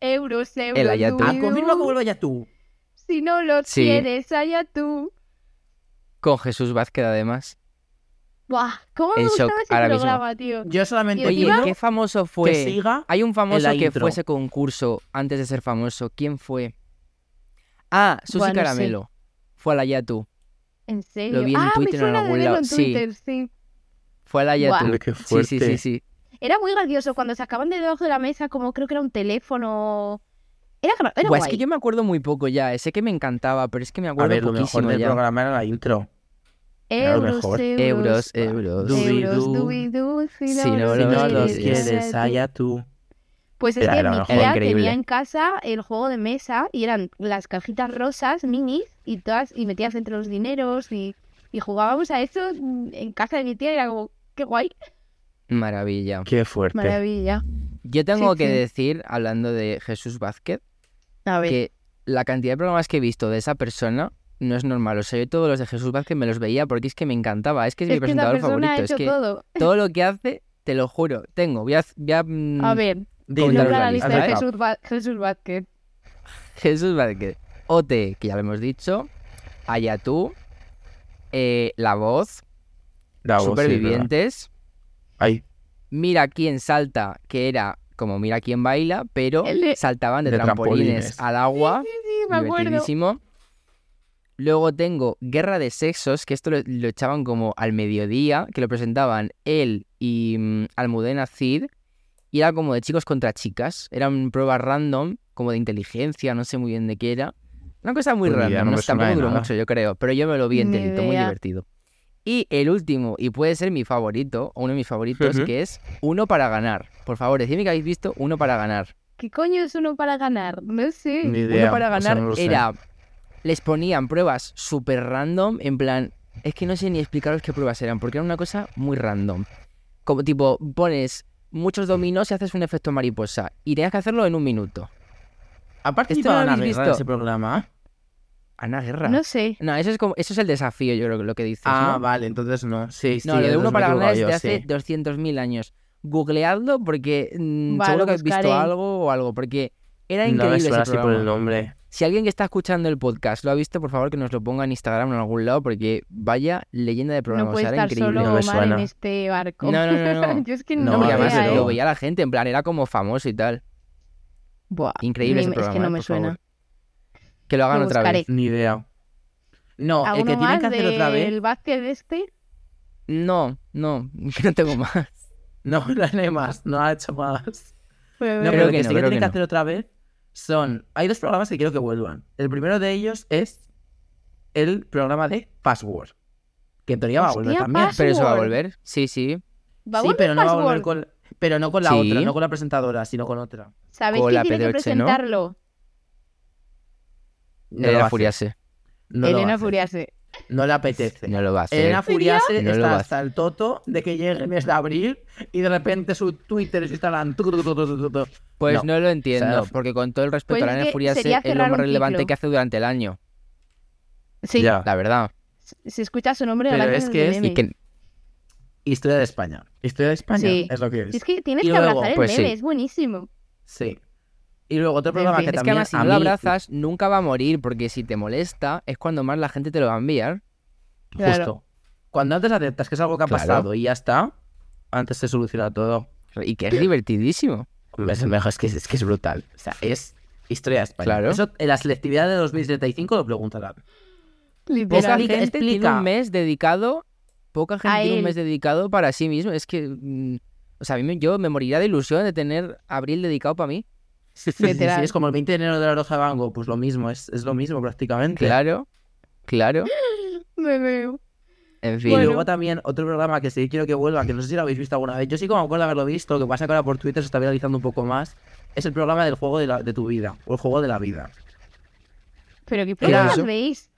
Euros, euros. El Ayatú. du- Ah, confirma que vuelva ya tú. Si no lo Sí. quieres, allá tú. Con Jesús Vázquez, además. Buah, ¿cómo me En shock, gustaba ese ahora mismo. programa, tío? Yo solamente Y Oye, pido ¿qué famoso que fue? siga. Hay un famoso que intro. fue ese concurso antes de ser famoso. ¿Quién fue? Ah, Susi Buah, no sé. Caramelo. Fue al Ayatú. En serio. Lo vi en ah, Twitter en me suena de algún verlo lado, en sí. Twitter, sí. Fue al Ayatú. Hombre, qué Ah. Sí, sí, sí, fuerte. sí. Era muy gracioso cuando sacaban de debajo de la mesa, como creo que era un teléfono. Era, gra- Buah, era Pues es guay. que yo me acuerdo muy poco ya. eh, Sé que me encantaba, pero es que me A acuerdo ver, lo mejor poquísimo del ya. programa era la intro. era lo Euros, mejor. Euros, euros. euros. Du- Euros, du- dubi, du, si si no no Si no Pero los sí, sí. quieres, allá tú. Pues es Era que lo mi mejor. tía Increíble. tenía en casa el juego de mesa y eran las cajitas rosas, minis, y todas, y metías entre los dineros y, y jugábamos a eso en casa de mi tía y era como, qué guay, Maravilla. Qué fuerte. maravilla. Yo tengo Sí, que sí. decir, hablando de Jesús Vázquez, A ver, que la cantidad de programas que he visto de esa persona no es normal. O sea, yo todos los de Jesús Vázquez me los veía porque es que me encantaba. Es que es, mi es que esa presentador persona favorito. ha hecho es que todo. todo lo que hace, te lo juro, tengo. Voy a, voy a, mm, A ver, Dilo, Nombra nombra la la lista, lista de ¿eh? Jesús, Va- Jesús Vázquez. Jesús Vázquez. Ote, que ya lo hemos dicho. Ayatú. eh, la voz. La voz, sí, supervivientes. verdad. Ay, Mira quién salta, que era como mira quién baila, pero El de- saltaban de, De trampolines, trampolines. al agua. Sí, me acuerdo. divertidísimo. Luego tengo Guerra de Sexos, que esto lo, lo echaban como al mediodía, que lo presentaban él y mm, Almudena Cid, y era como de chicos contra chicas. Eran pruebas random, como de inteligencia, no sé muy bien de qué era. Una cosa muy Ni idea, random, no no me sé, suena tampoco de duró nada. mucho, yo creo, pero yo me lo vi Ni enterito, muy idea. divertido. Y el último, y puede ser mi favorito, o uno de mis favoritos, Ujú. que es Uno para ganar. Por favor, decidme que habéis visto Uno para ganar. ¿Qué coño es uno para ganar? No sé. ni Uno idea. para o sea, ganar no lo sé. era. Les ponían pruebas súper random, en plan. Es que no sé ni explicaros qué pruebas eran, porque era una cosa muy random. Como tipo, pones muchos dominos y haces un efecto mariposa. Y tenías que hacerlo en un minuto. ¿Ha Esto no participado lo Ana habéis Guerra en visto. ese programa? Ana Guerra. No sé. No, eso es como, eso es el desafío, yo creo que lo que dices. Ah, ¿no? vale, entonces no. Sí, sí. No, lo de uno entonces me he para ganar es de equivocado yo, hace sí. 200.000 años. Googleadlo porque mm, Va, seguro lo que has visto buscaré. algo o algo, porque era No increíble me ese suena así por el programa. nombre. Si alguien que está escuchando el podcast lo ha visto, por favor que nos lo ponga en Instagram o en algún lado, porque vaya leyenda de programa, no o puede sea, era estar increíble. solo no me Omar en suena. este barco. No, no, no, no. Yo es que No, no, No, me porque además vea, desde ¿eh? lo luego. veía la gente, en plan, era como famoso y tal. Buah, Increíble ni- ese Es programa, que no eh, me por suena. favor. Que lo hagan Lo otra vez. buscaré. Ni idea. No, el ¿Alguno Oh, que tienen más que hacer otra vez. del básquet este? No, no, que no tengo más. No, no hay más, no ha hecho más. Pues, No, Creo pero lo que que, no, sí que creo tienen que que no. hacer otra vez son. Hay dos programas que quiero que vuelvan. El primero de ellos es el programa de Password. Que en teoría va a volver Hostia, también. Password. Pero eso va a volver. Sí, sí. va a sí, volver pero no va a volver Password. con. Pero no con la Sí. otra, no con la presentadora, sino con otra. ¿Sabéis con la quién tiene que Pedroche, ¿no? presentarlo? No lo va a Elena hacer, Furiase. no lo va a Elena hacer, Furiase. No le apetece. No lo va a hacer. Elena Furiase No lo va está a hasta el toto de que llegue el mes de abril y de repente su Twitter y su Instagram. tu, tu, tu, tu, tu, tu. Pues no, lo entiendo, O sea, porque con todo el respeto pues a la es Elena que Furiase sería es lo cerrar más un relevante ciclo. que hace durante el año, Sí, Ya. la verdad. se escucha su nombre Pero delante es del que es- meme. Y que Historia de España. Historia de España Sí. es lo que es. Es que tienes Y que luego, abrazar el pues sí. meme, es buenísimo. Sí. Y luego otro En programa fin. que Es que es que también además si a no lo mí- abrazas nunca va a morir, porque si te molesta es cuando más la gente te lo va a enviar. Justo. Claro. Cuando antes aceptas que es algo que ha Claro. pasado y ya está, antes se soluciona todo. Y que es divertidísimo. Hombre, Es, mejor, es, que es, es que es brutal. O sea, es historia de España. Claro. Eso en la selectividad de 2035 lo preguntarán. Poca Literal. Explica- gente tiene explica. un mes dedicado, poca gente A tiene un él. mes dedicado para sí mismo. Es que, mm, o sea, a mí me- yo me moriría de ilusión de tener abril dedicado para mí. Sí, sí, sí, Literal. es como el 20 de enero de la Roja de Van Gogh, pues lo mismo, es, es lo mismo prácticamente. Claro, claro. Me veo. En Y fin. Bueno. luego también otro programa que sí quiero que vuelva, que no sé si lo habéis visto alguna vez. Yo sí como me acuerdo de haberlo visto, lo que pasa es que ahora por Twitter se está viralizando un poco más. Es el programa del juego de, la- de tu vida, o el juego de la vida. Pero qué Era programas eso. veis.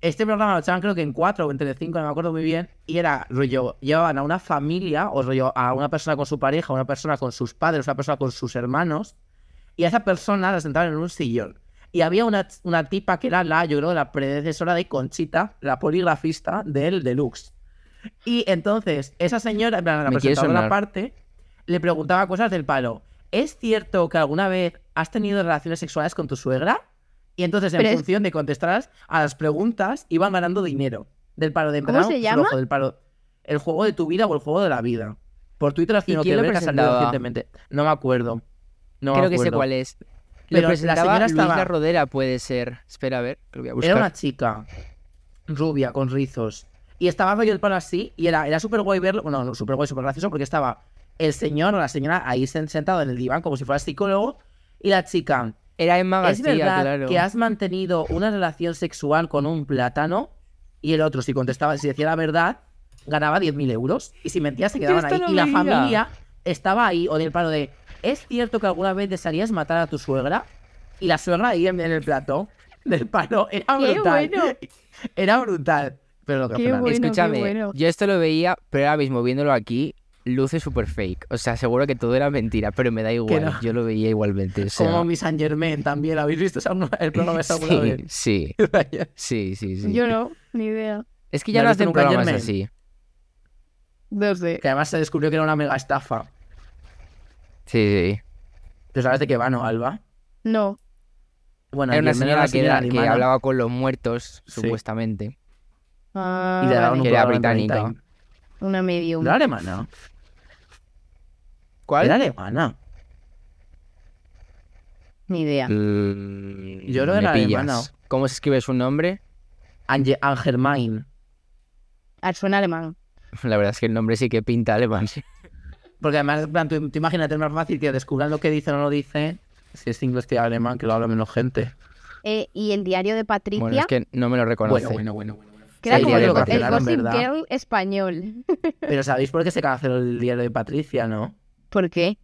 Este programa lo echaban creo que en 4 o en cinco, no me acuerdo muy bien. Y era rollo, llevaban a una familia, o rollo, a una persona con su pareja, una persona con sus padres, una persona con sus hermanos. Y a esa persona la sentaban en un sillón. Y había una, una tipa que era la, yo creo, la predecesora de Conchita, la poligrafista del Deluxe. Y entonces, esa señora, en plan, la Me quiere presentadora sonar. aparte, le preguntaba cosas del palo. ¿Es cierto que alguna vez has tenido relaciones sexuales con tu suegra? Y entonces, en Pero es- función de contestar a las preguntas, iban ganando dinero. Del palo de ¿Cómo se pues, llama? ojo, del palo. El juego de tu vida o el juego de la vida. Por Twitter has ¿Y tenido que quién lo ver que ha salido presentaba? recientemente. No me acuerdo. No me Creo que sé acuerdo. cuál es. Pero lo la presentaba señora Luis estaba- La Rodera, puede ser. Espera, a ver, lo voy a buscar. Era una chica rubia con rizos. Y estaba rollo el palo así. Y era, era súper guay verlo. Bueno, no, súper guay, súper gracioso porque estaba el señor o la señora ahí sen- sentado en el diván como si fuera psicólogo. Y la chica, Era Emma ¿es García, verdad claro. que has mantenido una relación sexual con un plátano? Y el otro, si contestaba, si decía la verdad, ganaba 10.000 euros. Y si mentía, se Yo quedaban esto ahí. lo Y la veía. familia estaba ahí, o del palo de, ¿es cierto que alguna vez desearías matar a tu suegra? Y la suegra ahí en, en el plato del palo. ¡Qué Era Ah, brutal. bueno! Era brutal. Pero lo que ¡Qué Fernández- bueno, qué Escúchame, bueno. yo esto lo veía, pero ahora mismo viéndolo aquí, luce súper fake. O sea, seguro que todo era mentira, pero me da igual. no. Yo lo veía igualmente. o sea, Como mi San Germain también. ¿Habéis visto esa- el programa esa alguna sí, vez? sí, sí, sí, sí. Yo no, ni idea. Es que ¿No ya has no visto hacen nunca a programas Germain? así. No sé. que además se descubrió que era una mega estafa. Sí, sí. ¿Pero sabes de qué va, no, Alba? No. Bueno, Era una señora, Germain que, era- que alemana. hablaba con los muertos, Sí. supuestamente. Ah, y le daban vale. un Que era programa en prime británica. time. Una medium. ¿No era alemana? ¿Cuál? Era alemana. Ni idea. Mm, Yo creo que me era pillas. alemana. ¿Cómo se escribe su nombre? Ange Angermain. Ah, Suena alemán. La verdad es que el nombre sí que pinta alemán. Porque además, en plan, tú, tú imagínate, es más fácil que descubran lo que dice o no lo dice. Si es inglés que alemán, que lo habla menos gente. Eh, y el diario de Patricia, Bueno, es que no me lo reconoce. Bueno, bueno, bueno, bueno. bueno. que era sí, como el el, diario de el Patricia, Gossip ¿verdad? Girl español. Pero ¿sabéis por qué se canceló el diario de Patricia, no? ¿Por qué?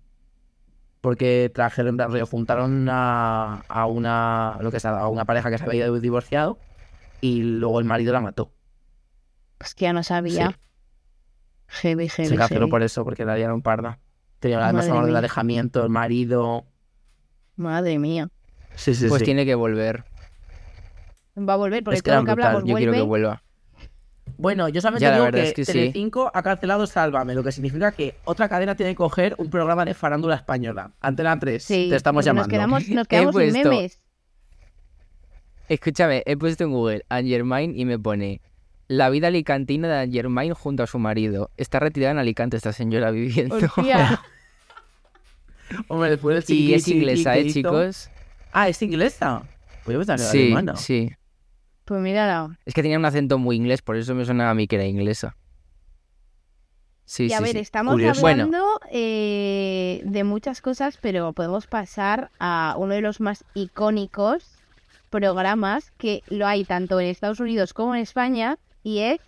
Porque trajeron, en plan, rollo, juntaron a, a una lo que sea, a una pareja que se había divorciado y luego el marido la mató. Pues que ya no sabía. Heavy, heavy, se canceló heavy. por eso, porque la dieron parda. Tenía además Madre hablar del mía. alejamiento, el marido. Madre mía. Sí, sí, pues sí. tiene que volver. va a volver, porque es que todo era lo que brutal. hablamos Yo quiero vuelve. que vuelva. Bueno, yo solamente Ya, la digo verdad que, es que sí. Telecinco ha cancelado Sálvame, lo que significa que otra cadena tiene que coger un programa de farándula española. Antena 3, Sí, te estamos porque llamando. Nos quedamos, nos quedamos sin puesto- memes. Escúchame, he puesto en Google Angermain y me pone la vida alicantina de Angermain junto a su marido. Está retirada en Alicante esta señora viviendo. Pues Hostia, Hombre, después del y chiqui, es chiqui, inglesa, que ¿eh, hizo- chicos? Ah, es inglesa. Pues yo pensaba que era Sí, alemana. sí. pues mírala. Es que tenía un acento muy inglés, por eso me sonaba a mí que era inglesa. Sí, y a sí, ver, sí. estamos Curioso. Bueno. hablando eh, de muchas cosas, pero podemos pasar a uno de los más icónicos programas que lo hay tanto en Estados Unidos como en España, y es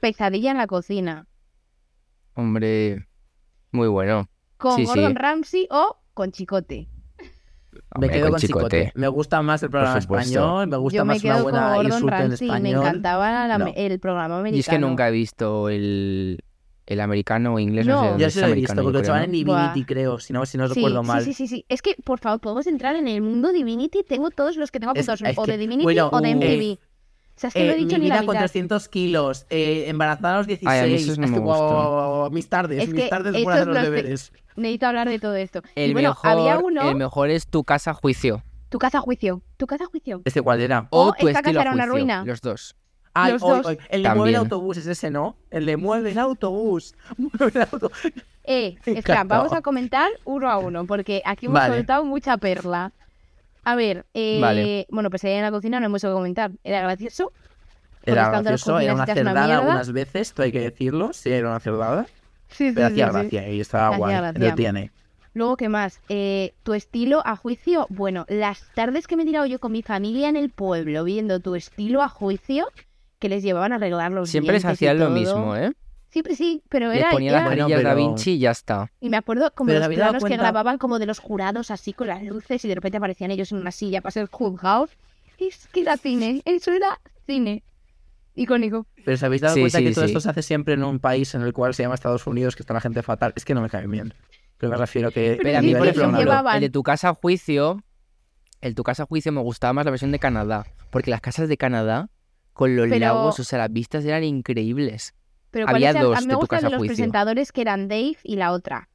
Pesadilla en la cocina, Hombre, muy bueno. con Sí, sí. Gordon Ramsay o con Chicote. Me Hombre, quedo con, Chicote. Me gusta más el programa supuesto. español, me gusta Yo me más una quedo con buena Gordon insulto en Ramsay, español. me encantaba la- No. el programa americano. Y es que nunca he visto el, el americano o inglés, no, No. sé dónde Yo es se lo he americano, visto, porque lo creo, echaban ¿no? en Buah. Divinity, creo, si no, si no sí, recuerdo mal. Sí, sí, sí, sí. Es que, por favor, podemos entrar en el mundo Divinity. Tengo todos los que tengo Es- apuntados, es o que- de Divinity bueno, o de uh, MTV. o sea, es que no Eh, he dicho mi ni la vida con mitad. 300 kilos, eh, embarazada a los 16. Ay, a mí esos no Es me que, guau, gustan. guau, guau, guau, mis tardes, Es mis que tardes por esos hacer los los te- deberes. Necesito hablar de todo esto. El, y bueno, mejor, había uno, el mejor es tu casa a juicio. tu casa a juicio. Tu casa a juicio. ¿Este cuál era? O, O tu Oh, esta estilo casa a era una juicio, ruina. Los dos. Ay, Los hoy, dos. hoy, el de mueve el También. autobús es ese, ¿no? El de mueve el autobús. Mueve el autobús. Eh, Me espera, encantaba. vamos a comentar uno a uno, porque aquí hemos Vale. soltado mucha perla. A ver, eh, Vale. bueno, pues ahí en la cocina no hemos que comentar. Era gracioso. Porque Era están todas gracioso, era una cocinas hechas una cerdada mierda. algunas veces, esto hay que decirlo. Sí, era una cerdada. Sí, sí, Pero sí, hacía sí. gracia y estaba Hacía guay. gracia. Lo tiene. Luego, ¿qué más? Eh, tu estilo a juicio. Bueno, las tardes que me he tirado yo con mi familia en el pueblo viendo tu estilo a juicio, que les llevaban a arreglar los Siempre les dientes y hacían lo todo. mismo, ¿eh? Siempre sí, pero Les era... ponían era- las varillas Bueno, da pero- Vinci y ya está. Y me acuerdo como Pero ¿os los habéis dado planos que cuenta? grababan como de los jurados así con las luces y de repente aparecían ellos en una silla para ser juzgados. Es que era cine, eso era cine. Icónico. Pero ¿os habéis dado Sí, cuenta sí, que todo sí. esto se hace siempre en un país en el cual se llama Estados Unidos, que está la gente fatal? Es que no me cae bien. Que me refiero que. Pero Pero a sí, mí, por que se ejemplo, llevaban. el de tu casa a juicio, el tu casa a juicio me gustaba más la versión de Canadá, porque las casas de Canadá con los Pero- lagos, o sea, las vistas eran increíbles. Pero Había ¿cuáles eran? dos a mí de me tu gustan casa de los juicio. presentadores que eran Dave y la otra.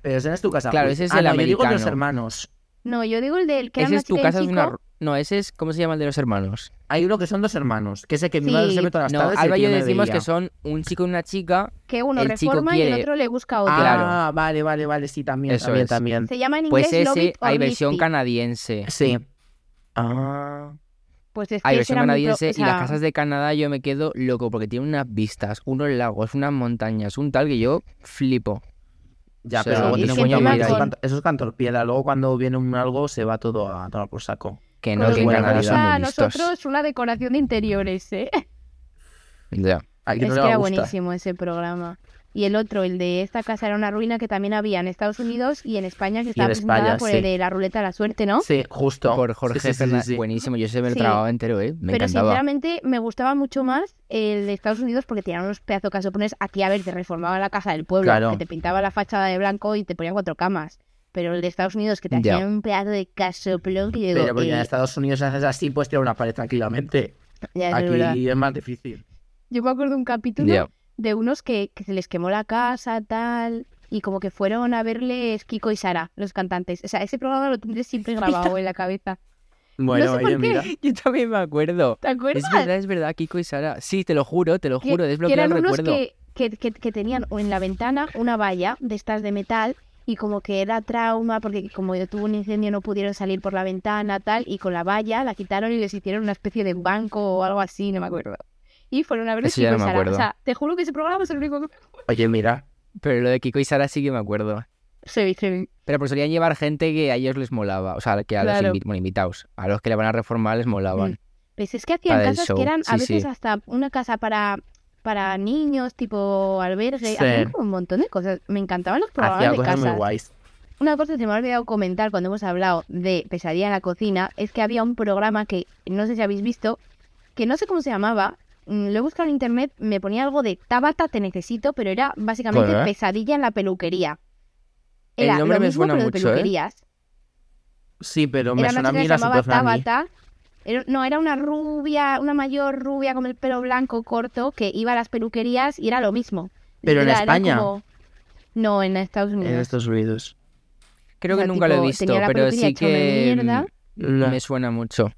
Pero ese no es tu casa. Claro, Uy. ese es Ah, el no, yo digo los americano. hermanos. No, yo digo el del que era Ese una es tu chica y un casa es una chico. ru- no, ese es ¿cómo se llama el de los hermanos? Hay uno que son dos hermanos, que es el que mi Sí. madre se mete a las No, tardes. y el Alba y que yo me decimos veía. que son un chico y una chica. que uno El chico reforma y el quiere- otro le busca a otro. Ah, Claro. vale, vale, vale, sí, también, Eso también, es. también. Se llama en inglés Pues ese Lovett or hay versión Lifty. canadiense. Sí. Ah. Pues es que Hay ese versión era muy pro- canadiense o y sea, las casas de Canadá yo me quedo loco porque tiene unas vistas, unos lagos, unas montañas, un tal que yo flipo. Ya, O sea, pero luego y tenemos siempre que van mirar, eso es con- canto- eso es cantorpiedra. Luego cuando viene un algo se va todo a tomar por saco. Que con no, lo que que en buena nos Canadá calidad. son gusta muy a listos. nosotros una decoración de interiores, ¿eh? Ya. Al que es que no le va a era gustar. buenísimo ese programa. Y el otro, el de esta casa era una ruina que también había en Estados Unidos y en España que estaba presentada España, por sí. el de la ruleta de la suerte, ¿no? Sí, justo. Por Sí, Jorge sí, sí, sí, Fernández. sí. Buenísimo, yo se me lo Sí. tragaba entero, ¿eh? Me Pero encantaba. sinceramente me gustaba mucho más el de Estados Unidos porque tenían unos pedazos casopones. Aquí, a ver, te reformaban la casa del pueblo, Claro. que te pintaba la fachada de blanco y te ponían cuatro camas. Pero el de Estados Unidos que te Ya. hacían un pedazo de casoplón que yo digo, Pero porque en eh, Estados Unidos haces así, pues tirar una pared tranquilamente. ya es verdad. Aquí es más difícil. Yo me acuerdo un capítulo Ya. de unos que, que se les quemó la casa, tal, y como que fueron a verles Kiko y Sara, los cantantes. O sea, ese programa lo tendré siempre grabado en la cabeza. Bueno, no sé oye, por qué. mira. Yo también me acuerdo. ¿Te acuerdas? Es verdad, es verdad, Kiko y Sara. Sí, te lo juro, te lo Que- juro, que desbloquea el eran unos recuerdo. que, que, que- que tenían en la ventana una valla de estas de metal y como que era trauma porque como tuvo un incendio no pudieron salir por la ventana tal y con la valla la quitaron y les hicieron una especie de banco o algo así no me acuerdo y fueron a ver Eso ya Kiko no y me Sara o acuerdo. sea te juro que ese programa es el único que Oye, mira. Pero lo de Kiko y Sara sí que me acuerdo. sí, sí. Pero pues solían llevar gente que a ellos les molaba. O sea, que a los Claro. invi- bueno, invitados, a los que le van a reformar les molaban. Pues es que hacían Para el casas show, que eran a sí, veces sí. hasta una casa para, para niños, tipo albergue, Sí. hacían como un montón de cosas. Me encantaban los programas Hacía de cosas muy casas. guays. Una cosa que se me ha olvidado comentar cuando hemos hablado de Pesadilla en la cocina es que había un programa que no sé si habéis visto, que no sé cómo se llamaba, mm, lo he buscado en internet, me ponía algo de Tabata te necesito, pero era básicamente Joder. Pesadilla en la peluquería. El Era nombre lo me mismo suena pero mucho, de ¿eh? peluquerías. Sí, pero me Era una suena a chica mí que se la llamaba superfrani. Tabata Era- no, era una rubia, una mayor rubia con el pelo blanco corto que iba a las peluquerías y era lo mismo. Pero en Era- era España. como- No, en Estados en Unidos. Estados Unidos. Creo que O sea, nunca lo he tipo, visto, tenía la pero sí peluquería hecha una que mm, mierda. La- me suena mucho.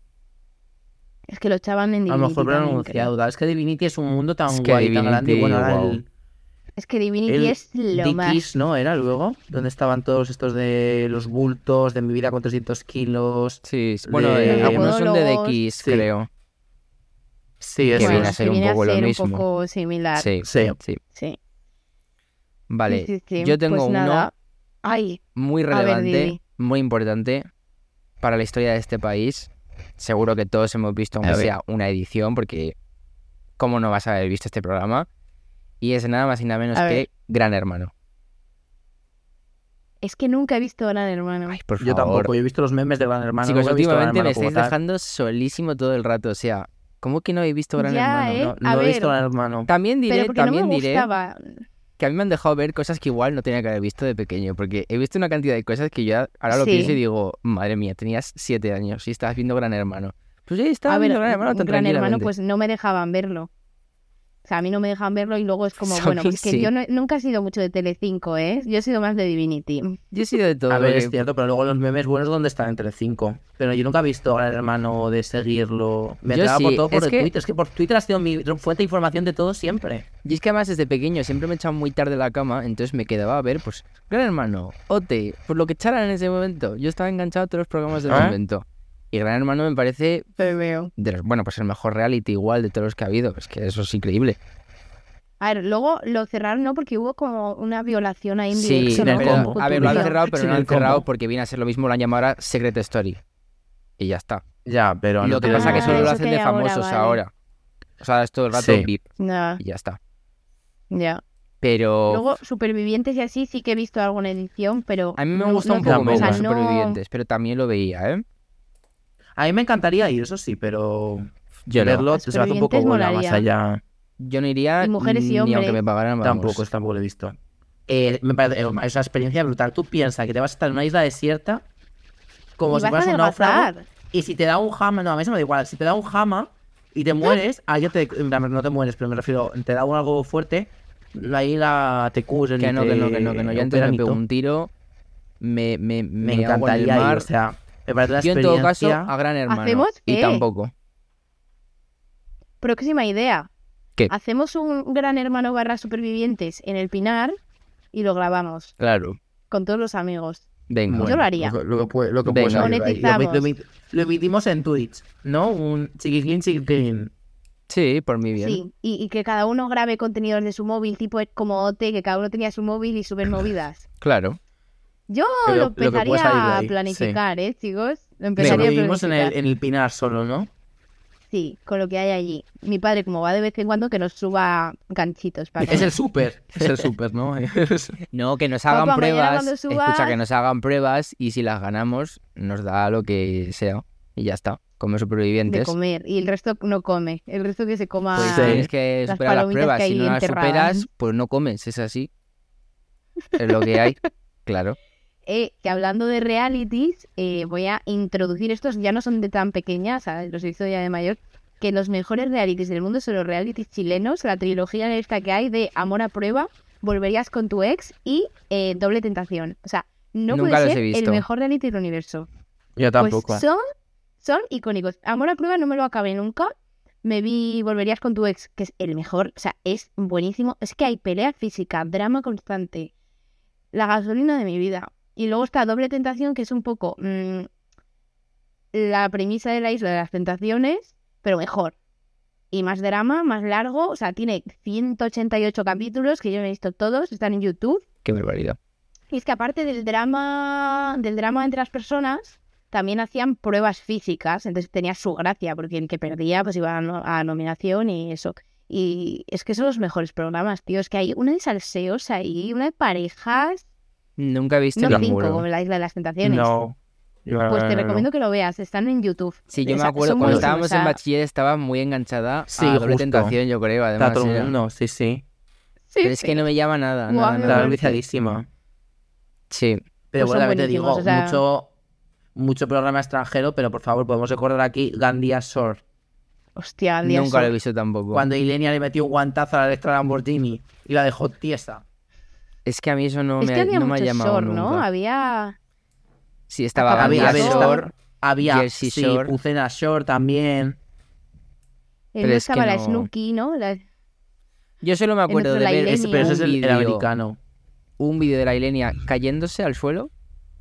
Es que lo echaban en A lo Divinity mejor también, pronunciado. Es que Divinity es un mundo tan Es que guay, tan grande. Y bueno, ahora Divinity, el, creo. Es que Divinity el es lo más. Dickies, ¿no? Era luego, donde estaban todos estos de los bultos, de mi vida con 300 kilos. Sí, bueno, De- eh, algunos son de Podólogos. DX, Sí. creo. Sí, Que eso viene a es. ser un poco lo mismo. poco similar. Sí, Sí. sí. sí. Vale, Sí, sí, sí. yo tengo Pues uno nada. Ay, muy ver, relevante, Didi. muy importante para la historia de este país. Seguro que todos hemos visto, aunque A ver. sea una edición, porque ¿cómo no vas a haber visto este programa? Y es nada más y nada menos A que ver. Gran Hermano. es que nunca he visto nada, hermano. Ay, por Yo favor. tampoco, yo he visto los memes de Gran Hermano. Chicos, nunca he visto Gran últimamente me Hermano como estáis tal. dejando solísimo todo el rato. O sea, ¿cómo que no he visto Gran Ya, Hermano? ¿eh? No, A no he visto ver. Gran Hermano. También diré, Pero porque también no me diré gustaba. que a mí me han dejado ver cosas que igual no tenía que haber visto de pequeño, porque he visto una cantidad de cosas que yo ahora lo Sí. pienso y digo, madre mía, tenías siete años y estabas viendo Gran Hermano. Pues sí, estaba a ver, viendo Gran Hermano tan Gran Hermano, tranquilamente. pues no me dejaban verlo. O sea, a mí no me dejaban verlo y luego es como, A bueno, mí pues que sí. yo no- nunca he sido mucho de Telecinco, ¿eh? Yo he sido más de Divinity. Yo he sido de todo. A ver, este es porque- cierto, pero luego los memes buenos, ¿dónde están? Entre cinco. Pero yo nunca he visto Gran Hermano de seguirlo. Me Yo entraba sí, por todo por es el que- Twitter. Es que por Twitter ha sido mi fuente de información de todo siempre. Y es que además desde pequeño siempre me echaban muy tarde a la cama, entonces me quedaba a ver, pues, Gran Hermano, Ote, pues lo que echaran en ese momento. Yo estaba enganchado a todos los programas del ¿Ah? momento. Y Gran Hermano me parece, Pero veo. de los- bueno, pues el mejor reality igual de todos los que ha habido. Es que eso es increíble. A ver, luego lo cerraron, ¿no? Porque hubo como una violación ahí en Sí, directo, sin ¿no? el Como pero, combo. a ver, lo han turbio. cerrado, pero Sin no lo han el combo. cerrado porque viene a ser lo mismo, lo han llamado ahora Secret Story. Y ya está. Ya, pero lo que pasa es que Ah, solo lo eso hacen que de hay ahora, famosos vale. ahora. O sea, es todo el rato Sí. VIP Ya, y ya está. ya. Pero Luego, Supervivientes y así sí que he visto alguna edición, pero... a mí me no- gusta no un te- poco o menos sea, no- Supervivientes, pero también lo veía, ¿eh? A mí me encantaría ir, eso sí, pero Yo no, verlo se me hace un poco Supervivientes bola más molaría. allá. yo no iría Y mujeres y ni aunque hombres. me pagaran vamos. Tampoco, es- tampoco lo he visto. Eh, me parece, eh, es una experiencia brutal. Tú piensas que te vas a estar en una isla desierta como y si vas fueras a un náufrago. adelgazar. Y si te da un jama, no, a mí eso me da igual. Si te da un jama y te mueres, ahí ya te, en plan, no te mueres, pero me refiero, te da un algo fuerte, ahí la te cubren. Que y no, que te no, que no, que no. Yo antes operan me y todo. pego un tiro, me, me, Me me ahogo en el encantaría ir, mar. o sea, me parece una yo en todo caso experiencia. a Gran Hermano. ¿Hacemos Y qué? tampoco. Próxima idea. ¿Qué? Hacemos un Gran Hermano barra Supervivientes en el Pinar y lo grabamos Claro. con todos los amigos. Venga. Yo lo haría. Lo, que puede- lo que Venga. puede salir de ahí. Lo emit- lo Monetizamos. emit- lo emitimos en Twitch, ¿no? Un chiquitín, chiquitín. Sí, por mi bien. Sí, y, y que cada uno grabe contenidos de su móvil, tipo como OT, que cada uno tenía su móvil y subir movidas. Claro. Yo Pero lo lo que pueda empezaría salir de a ahí, sí. planificar, ¿eh, chicos? Lo Eso empezaría lo a vivimos en el, planificar. en el Pinar solo, ¿no? Sí, con lo que hay allí. Mi padre, como va de vez en cuando, que nos suba ganchitos para Es el súper. Es el súper, ¿no? Es- No, que nos Papá, hagan mañana pruebas. cuando Escucha, que subas. nos hagan pruebas y si las ganamos, nos da lo que sea. Y ya está. Como de supervivientes. comer. Y el resto no come. El resto que se coma... Pues Sí. tienes que Las superar las palomitas pruebas. que Si hay no las enterradas. superas, pues no comes. Es así. Es lo que hay. Claro. Eh, que hablando de realities, eh, voy a introducir estos, ya no son de tan pequeñas, ¿sabes? los he visto ya de mayor, que los mejores realities del mundo son los realities chilenos, la trilogía esta que hay de Amor a Prueba, Volverías con tu ex y eh, Doble Tentación. O sea, no Nunca puede los he ser el visto. mejor reality del universo. Yo Pues son, son icónicos. Amor a Prueba no me lo acabé nunca. Me vi Volverías con tu ex, que es el mejor, o sea, es buenísimo. Es que hay pelea física, drama constante, la gasolina de mi vida. Y luego está Doble Tentación, que es un poco mm, la premisa de la isla de las tentaciones, pero mejor. Y más drama, más largo, o sea, tiene 188 capítulos que yo me he visto todos, están en YouTube. Qué barbaridad. Y es que aparte del drama, del drama entre las personas, también hacían pruebas físicas, entonces tenía su gracia, porque el que perdía pues iba a, no- a nominación y eso. Y es que son los mejores programas, tío. Es que hay una de salseos ahí, una de parejas, Nunca he visto no cinco, ninguno. como la Isla de las Tentaciones. No. eh, Pues te recomiendo que lo veas, están en YouTube. Sí, yo O me sea, acuerdo son cuando buenísimos, estábamos o sea, en bachiller estaba muy enganchada Sí, a Doble justo. Tentación, yo creo, además. Está todo era. el mundo, sí, sí. sí, Pero es sí. que no me Pues llama nada, Guau, nada, nada. me Está parece- viciadísima. Sí, Pues Pero bueno, son también te digo, buenísimos, o sea- mucho, mucho programa extranjero, pero por favor, podemos recordar aquí Gandia Shore. Hostia, Andía Nunca lo he Sor- visto tampoco. Cuando Ilenia le metió un guantazo a la Electra Lamborghini y la dejó tiesa. Es que a mí eso no Es me, que ha- había no me ha mucho llamado Shore, nunca. ¿no? Había... eh, Sí, estaba Había- Gandía había- Shore, Había Jersey sí, Shore. Pucena Shore también. eh, Pero no es que estaba la no- Snooki, ¿no? La- Yo solo me acuerdo otro, de la ver Ilenia. ese- Ese- pero ese un es el, el vídeo- americano. un vídeo de la Ilenia cayéndose al suelo,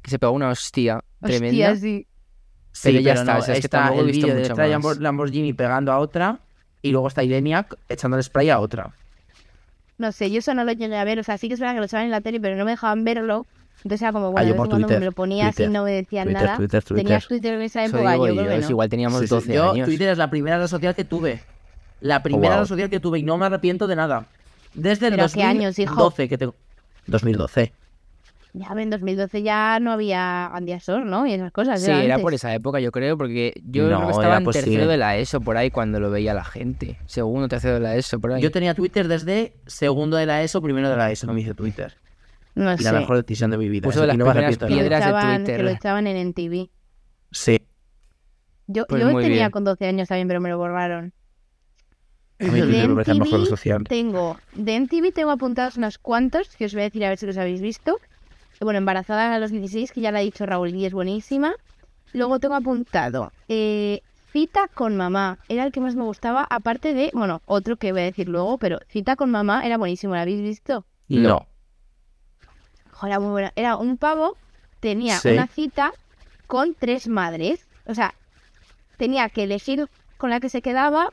que se pegó una hostia tremenda. Hostia, sí. Sí, Pero ya está, no, o sea, es que está tampoco he el visto vídeo de mucho Electra más. Lamborghini pegando a otra y luego está Ilenia echándole spray a otra. No sé, yo eso no lo llegué a ver. O sea, sí que es verdad que lo echaban en la tele, pero no me dejaban verlo. Entonces era como, bueno, de yo vez por en cuando me Twitter, lo ponía así, Twitter, no me decían Twitter, nada. Twitter, Twitter. Tenías Twitter en esa Eso época, digo yo yo, creo que es no. igual teníamos Sí, sí, 12 Yo, años. Oh, Twitter es la primera red social que tuve. La primera wow. red social que tuve y no me arrepiento de nada. Desde el ¿Pero qué 2012 años, hijo? que tengo. 2012. Ya en 2012 ya no había Andiasor, ¿no? Y esas cosas. Sí, era antes. por esa época, yo creo, porque yo No, creo que era estaba en posible. tercero de la ESO por ahí cuando lo veía la gente. Segundo, tercero de la ESO por ahí. Yo tenía Twitter desde segundo de la ESO, primero de la ESO, no me hice Twitter. No Y sé. la mejor decisión de mi vida. Puso así de las que no me primeras arrepiento de que lo nada. piedras de echaban- Que Twitter. lo echaban en NTV. Sí. Yo, Pues yo muy tenía bien. con 12 años también, pero me lo borraron. A mí Twitter me parece la mejor red MTV social. Tengo, de NTV tengo apuntados unos cuantos, que os voy a decir a ver si los habéis visto. Bueno, embarazada a los 16, que ya la ha dicho Raúl y es buenísima. Luego tengo apuntado eh, Cita con mamá, era el que más me gustaba, aparte de, bueno, otro que voy a decir luego, pero Cita con mamá era buenísimo, ¿la habéis visto? No. Jo, era muy buena. Era un pavo, tenía Sí. una cita con tres madres. O sea, tenía que elegir con la que se quedaba,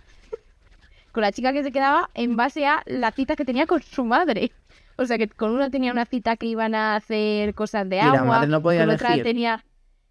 con la chica que se quedaba, en base a la cita que tenía con su madre. O sea, que con una tenía una cita que iban a hacer cosas de Y la agua. madre no podía con otra elegir. tenía.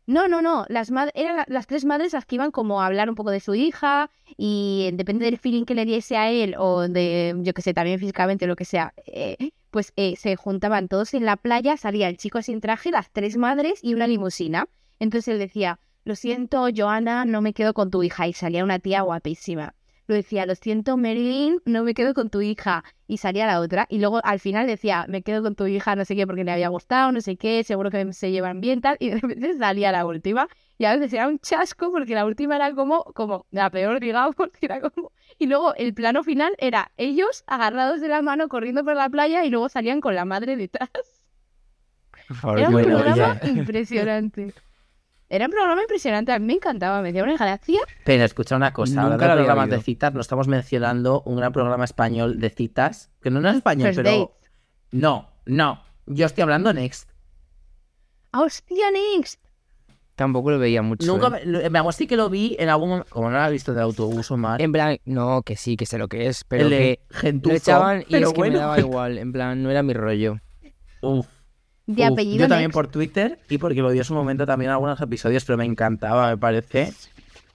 No, no, no. Las mad- eran la- las tres madres las que iban como a hablar un poco de su hija y eh, depende del feeling que le diese a él o de, yo que sé, también físicamente lo que sea, eh, pues eh, se juntaban todos en la playa, salía el chico sin traje, las tres madres y una limusina. Entonces él decía, lo siento, Joana, no me quedo con tu hija. Y salía una tía guapísima. Lo decía, lo siento, Marilyn, no me quedo con tu hija. Y salía la otra. Y luego al final decía, me quedo con tu hija, no sé qué, porque le había gustado, no sé qué, seguro que se llevan bien, tal. Y de repente salía la última. Y a veces era un chasco, porque la última era como, como la peor, digamos, porque era como... Y luego el plano final era ellos agarrados de la mano corriendo por la playa y luego salían con la madre detrás. Por favor, Era un qué bueno, maravilla. programa impresionante. Era un programa impresionante, a mí me encantaba, me hacía una gracia. Pero escucha una cosa, Nunca lo hablando de había programas oído. de citas, no estamos mencionando un gran programa español de citas, que no, no es español, First pero... Dates. No, no, yo estoy hablando Next. ¡Ah, ¡Hostia, Nix! Tampoco lo veía mucho. Nunca ¿eh? me, lo- me hago así que lo vi en algún momento, como no lo he visto de autobús o mal, En plan, no, que sí, que sé lo que es, Em, pero el de que Gentuzo, lo echaban y pero es que me daba igual. En plan, no era mi rollo. Uf, De uf. apellido Yo también Next. por Twitter y porque lo vi en su momento también en algunos episodios, pero me encantaba, me parece.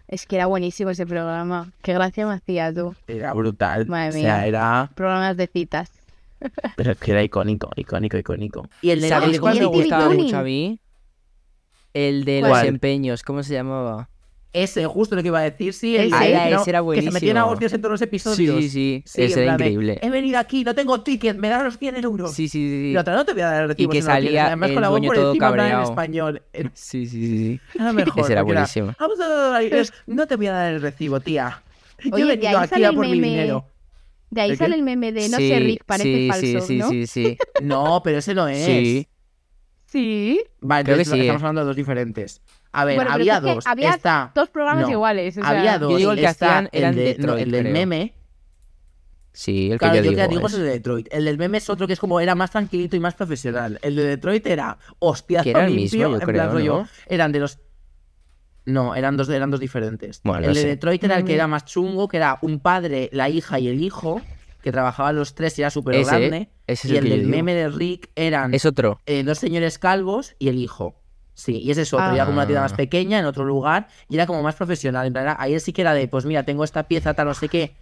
Es que era buenísimo ese programa. Qué gracia me hacía tú. Era brutal. Madre O sea, mía. era... Programas de citas. Pero es que era icónico, icónico, icónico. Y el de la ¿Sabéis ¿Sabes cuál cuál me es Steve gustaba Tuning? mucho a mí? El de los ¿Cuál? empeños, ¿cómo se llamaba? Ese, justo lo que iba a decir, sí. El Ese. de- Ah, que no- ese era Que se metían buenísimo. a hostias en todos los Sí, episodios. sí, sí. en Ese era plan de, increíble. He venido aquí, no tengo ticket, me dan los 100 euros. Sí, sí, sí. Y sí. otra no te voy a dar Y recibos que si no lo quieres. salía Además, el con la voz dueño por todo encima hablaban en cabreado. español. Era Sí, sí, sí, sí. lo mejor. Ese era porque buenísimo. Vamos a dar el- No te voy a dar el recibo, tía. Yo he Oye, de venido ahí aquí sale a el por mi meme. dinero. De ahí ¿El sale qué? el meme de no sí, sé, Rick, parece sí, falso, sí, ¿no? sí, sí, sí. No, pero ese no es. Sí. Sí. Vale, Creo que sí, entonces estamos eh. hablando de dos diferentes. A ver, Bueno, pero había es que dos. había Está. Dos programas No. iguales. O sea, Había dos. Yo digo el que Está hacían era en de- no, Detroit, El del creo. meme. Sí, el que Claro, yo, yo que digo. digo es- es el de Detroit. El del meme es otro que es como era más tranquilito y más profesional. El de Detroit era hostiazo Que era el mismo, limpio, yo en plan creo, rollo, ¿no? Eran de los no, eran dos, eran dos diferentes. Bueno, el no de sé. Detroit era el que Mm. era más chungo, que era un padre, la hija y el hijo, que trabajaban los tres y era súper Ese, grande. ese es ¿eh? el y el que yo del digo. meme de Rick eran Es otro. eh, dos señores calvos y el hijo. Sí, y ese es otro. Ah. Y era como una tienda más pequeña, en otro lugar, y era como más profesional. En plan, era- ahí sí que era de, pues mira, tengo esta pieza, tal, no sé qué,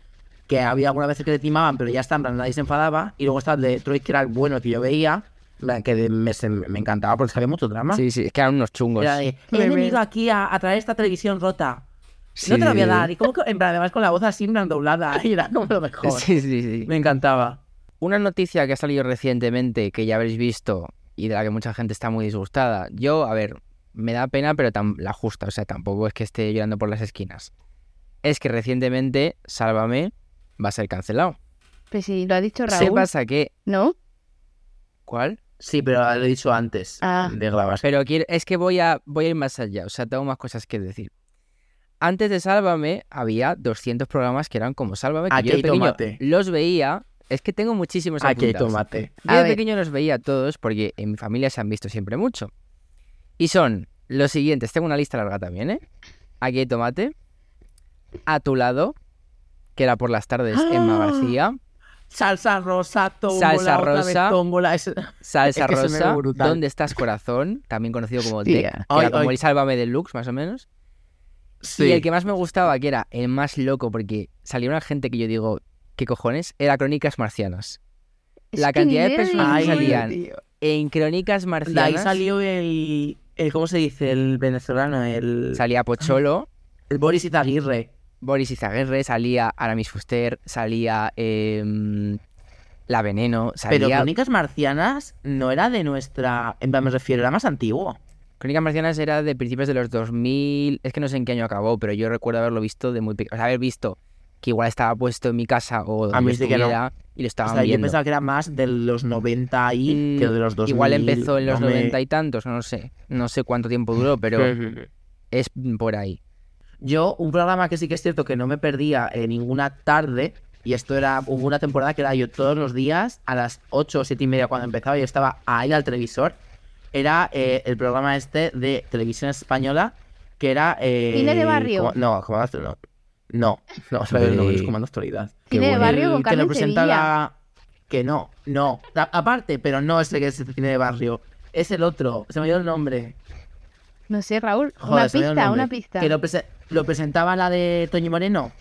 que había algunas veces que te timaban, pero ya está, en plan, nadie se enfadaba. Y luego estaba el de Detroit, que era el bueno que yo veía, en plan, que de- me, se- me encantaba porque había mucho drama. Sí, pues. sí, es que eran unos chungos. Era de, he Bebé. venido aquí a, a traer esta televisión rota. Sí, No te la voy a sí, dar. Y como que, en plan, además con la voz así, en plan, doblada, y era como lo sí. mejor. Sí, sí, sí. Me encantaba. Una noticia que ha salido recientemente, que ya habréis visto y de la que mucha gente está muy disgustada. Yo, a ver, me da pena, pero tam- la justa, o sea, tampoco es que esté llorando por las esquinas. Es que recientemente Sálvame va a ser cancelado. Pues sí, lo ha dicho Raúl, Se pasa que... ¿no? ¿Cuál? Sí, pero lo he dicho antes Ah. de grabar. Pero quiero- es que voy a, voy a ir más allá, o sea, tengo más cosas que decir. Antes de Sálvame había 200 programas que eran como Sálvame, que Aquí yo de hay pequeño tomate. los veía. Es que tengo muchísimos Aquí hay apuntados. tomate. Yo A de ver. pequeño los veía todos porque en mi familia se han visto siempre mucho. Y son los siguientes. Tengo una lista larga también, ¿eh? Aquí hay tomate. A tu lado, que era por las tardes Emma Ah. García. Salsa rosa, tómbola, Salsa otra vez rosa. tómbola. Es- Salsa Es que se me ve Rosa. brutal. ¿Dónde estás, corazón? También conocido como Hostia. Tech, que Ay, era como ay. el Sálvame Deluxe, más o menos. Sí. Y el que más me gustaba, que era el más loco, porque salió una gente que yo digo, ¿qué cojones? Era Crónicas Marcianas. Es La que cantidad de ni idea personas que dónde- salían. tío. En Crónicas De ahí Marcianas salió el, el. ¿Cómo se dice? El venezolano, el. salía Pocholo. El Boris Izaguirre. Boris Izaguirre, salía Aramis Fuster, salía em, La Veneno, Pero salía... Crónicas Marcianas no era de nuestra. En plan, me refiero, era más antiguo. Crónicas Marcianas era de principios de los 2000, es que no sé en qué año acabó, pero yo recuerdo haberlo visto de muy pequeño, o sea, haber visto que igual estaba puesto en mi casa o donde mí yo sí que no. estuviera y lo estaban o sea, yo viendo. pensaba que era más de los 90 y Mm, que de los 2000. Igual empezó en los no me- 90 y tantos, no lo sé, no sé cuánto tiempo duró, pero es por ahí. Yo, un programa que sí que es cierto que no me perdía en ninguna tarde, y esto era, hubo una temporada que era yo todos los días, a las 8 o 7 y media cuando empezaba, yo estaba ahí al televisor, era eh, el programa este de televisión española, que era... eh, Cine de barrio. como- no, como no, no, no, no, Hombre. no, es como en actualidad. Qué Cine de bueno. barrio El con que lo Carmen presenta Sevilla. la- Que no, no. A- aparte, pero no ese que es el cine de barrio. Es el otro. Se me dio el nombre. No sé, Raúl, Joder, una se me ha ido el pista, nombre. una pista. Que lo, prese- lo presentaba la de Toñi Moreno.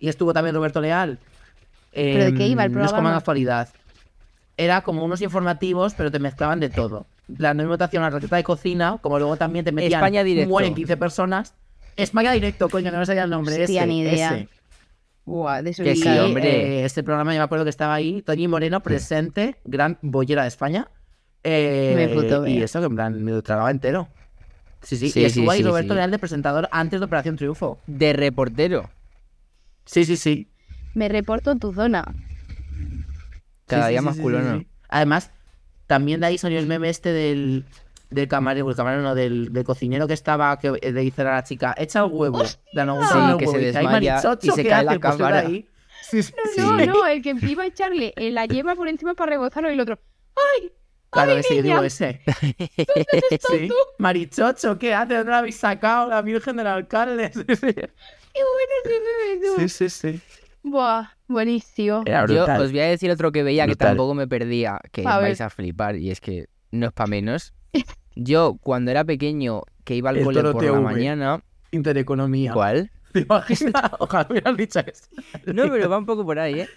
Y estuvo también Roberto Leal. Em, ¿Pero de qué iba el No es como en programa? actualidad. Era como unos informativos, pero te mezclaban de todo. En plan, no te hacían una receta de cocina, como luego también te metían... España Directo. Mueren 15 personas. España Directo, coño, no me salía el nombre. Hostia, ese, ni idea. ese. Buah, Que sí, desubicado. hombre. Eh, este programa yo me acuerdo que estaba ahí, Toñi Moreno presente, gran bollera de España. Eh, Me puto y vea. eso que en plan, me lo tragaba entero. Sí, sí, Sí, y estuvo sí, ahí sí, Roberto sí. Leal de presentador antes de Operación Triunfo. De reportero, Sí, sí, sí. Me reporto en tu zona. cada Sí, sí, día sí, más sí, culono. sí, sí. Además, también de ahí salió el meme este del, del camarero, el camarero no, del, del cocinero que estaba, que le dice a la chica, echa un huevo. La no, Sí, un que se huevo, y dice, "Ay, desmaya Marichocho, y se ¿qué cae la hace? Pues yo de cámara". ahí. Sí, sí, sí. No, no, el que iba a echarle eh, la yema por encima para rebozarlo y el otro. ¡Ay! Claro, ¡Ay, ese, yo niña! digo ese. Sí. Marichocho, ¿qué haces? ¿Dónde la habéis sacado? La Virgen del Alcalde. Sí, ¡Qué sí. bueno ese meme, tú! sí, Eh. sí. Buah, buenísimo. Era Yo os voy a decir otro que veía Brutal. que tampoco me perdía, que A ver. vais a flipar, y es que no es para menos. Yo, cuando era pequeño, que iba al El cole Toro por la TV. mañana. Intereconomía. ¿Cuál? ¿Te imaginas? Ojalá hubieras dicho eso. No, pero va un poco por ahí, ¿eh?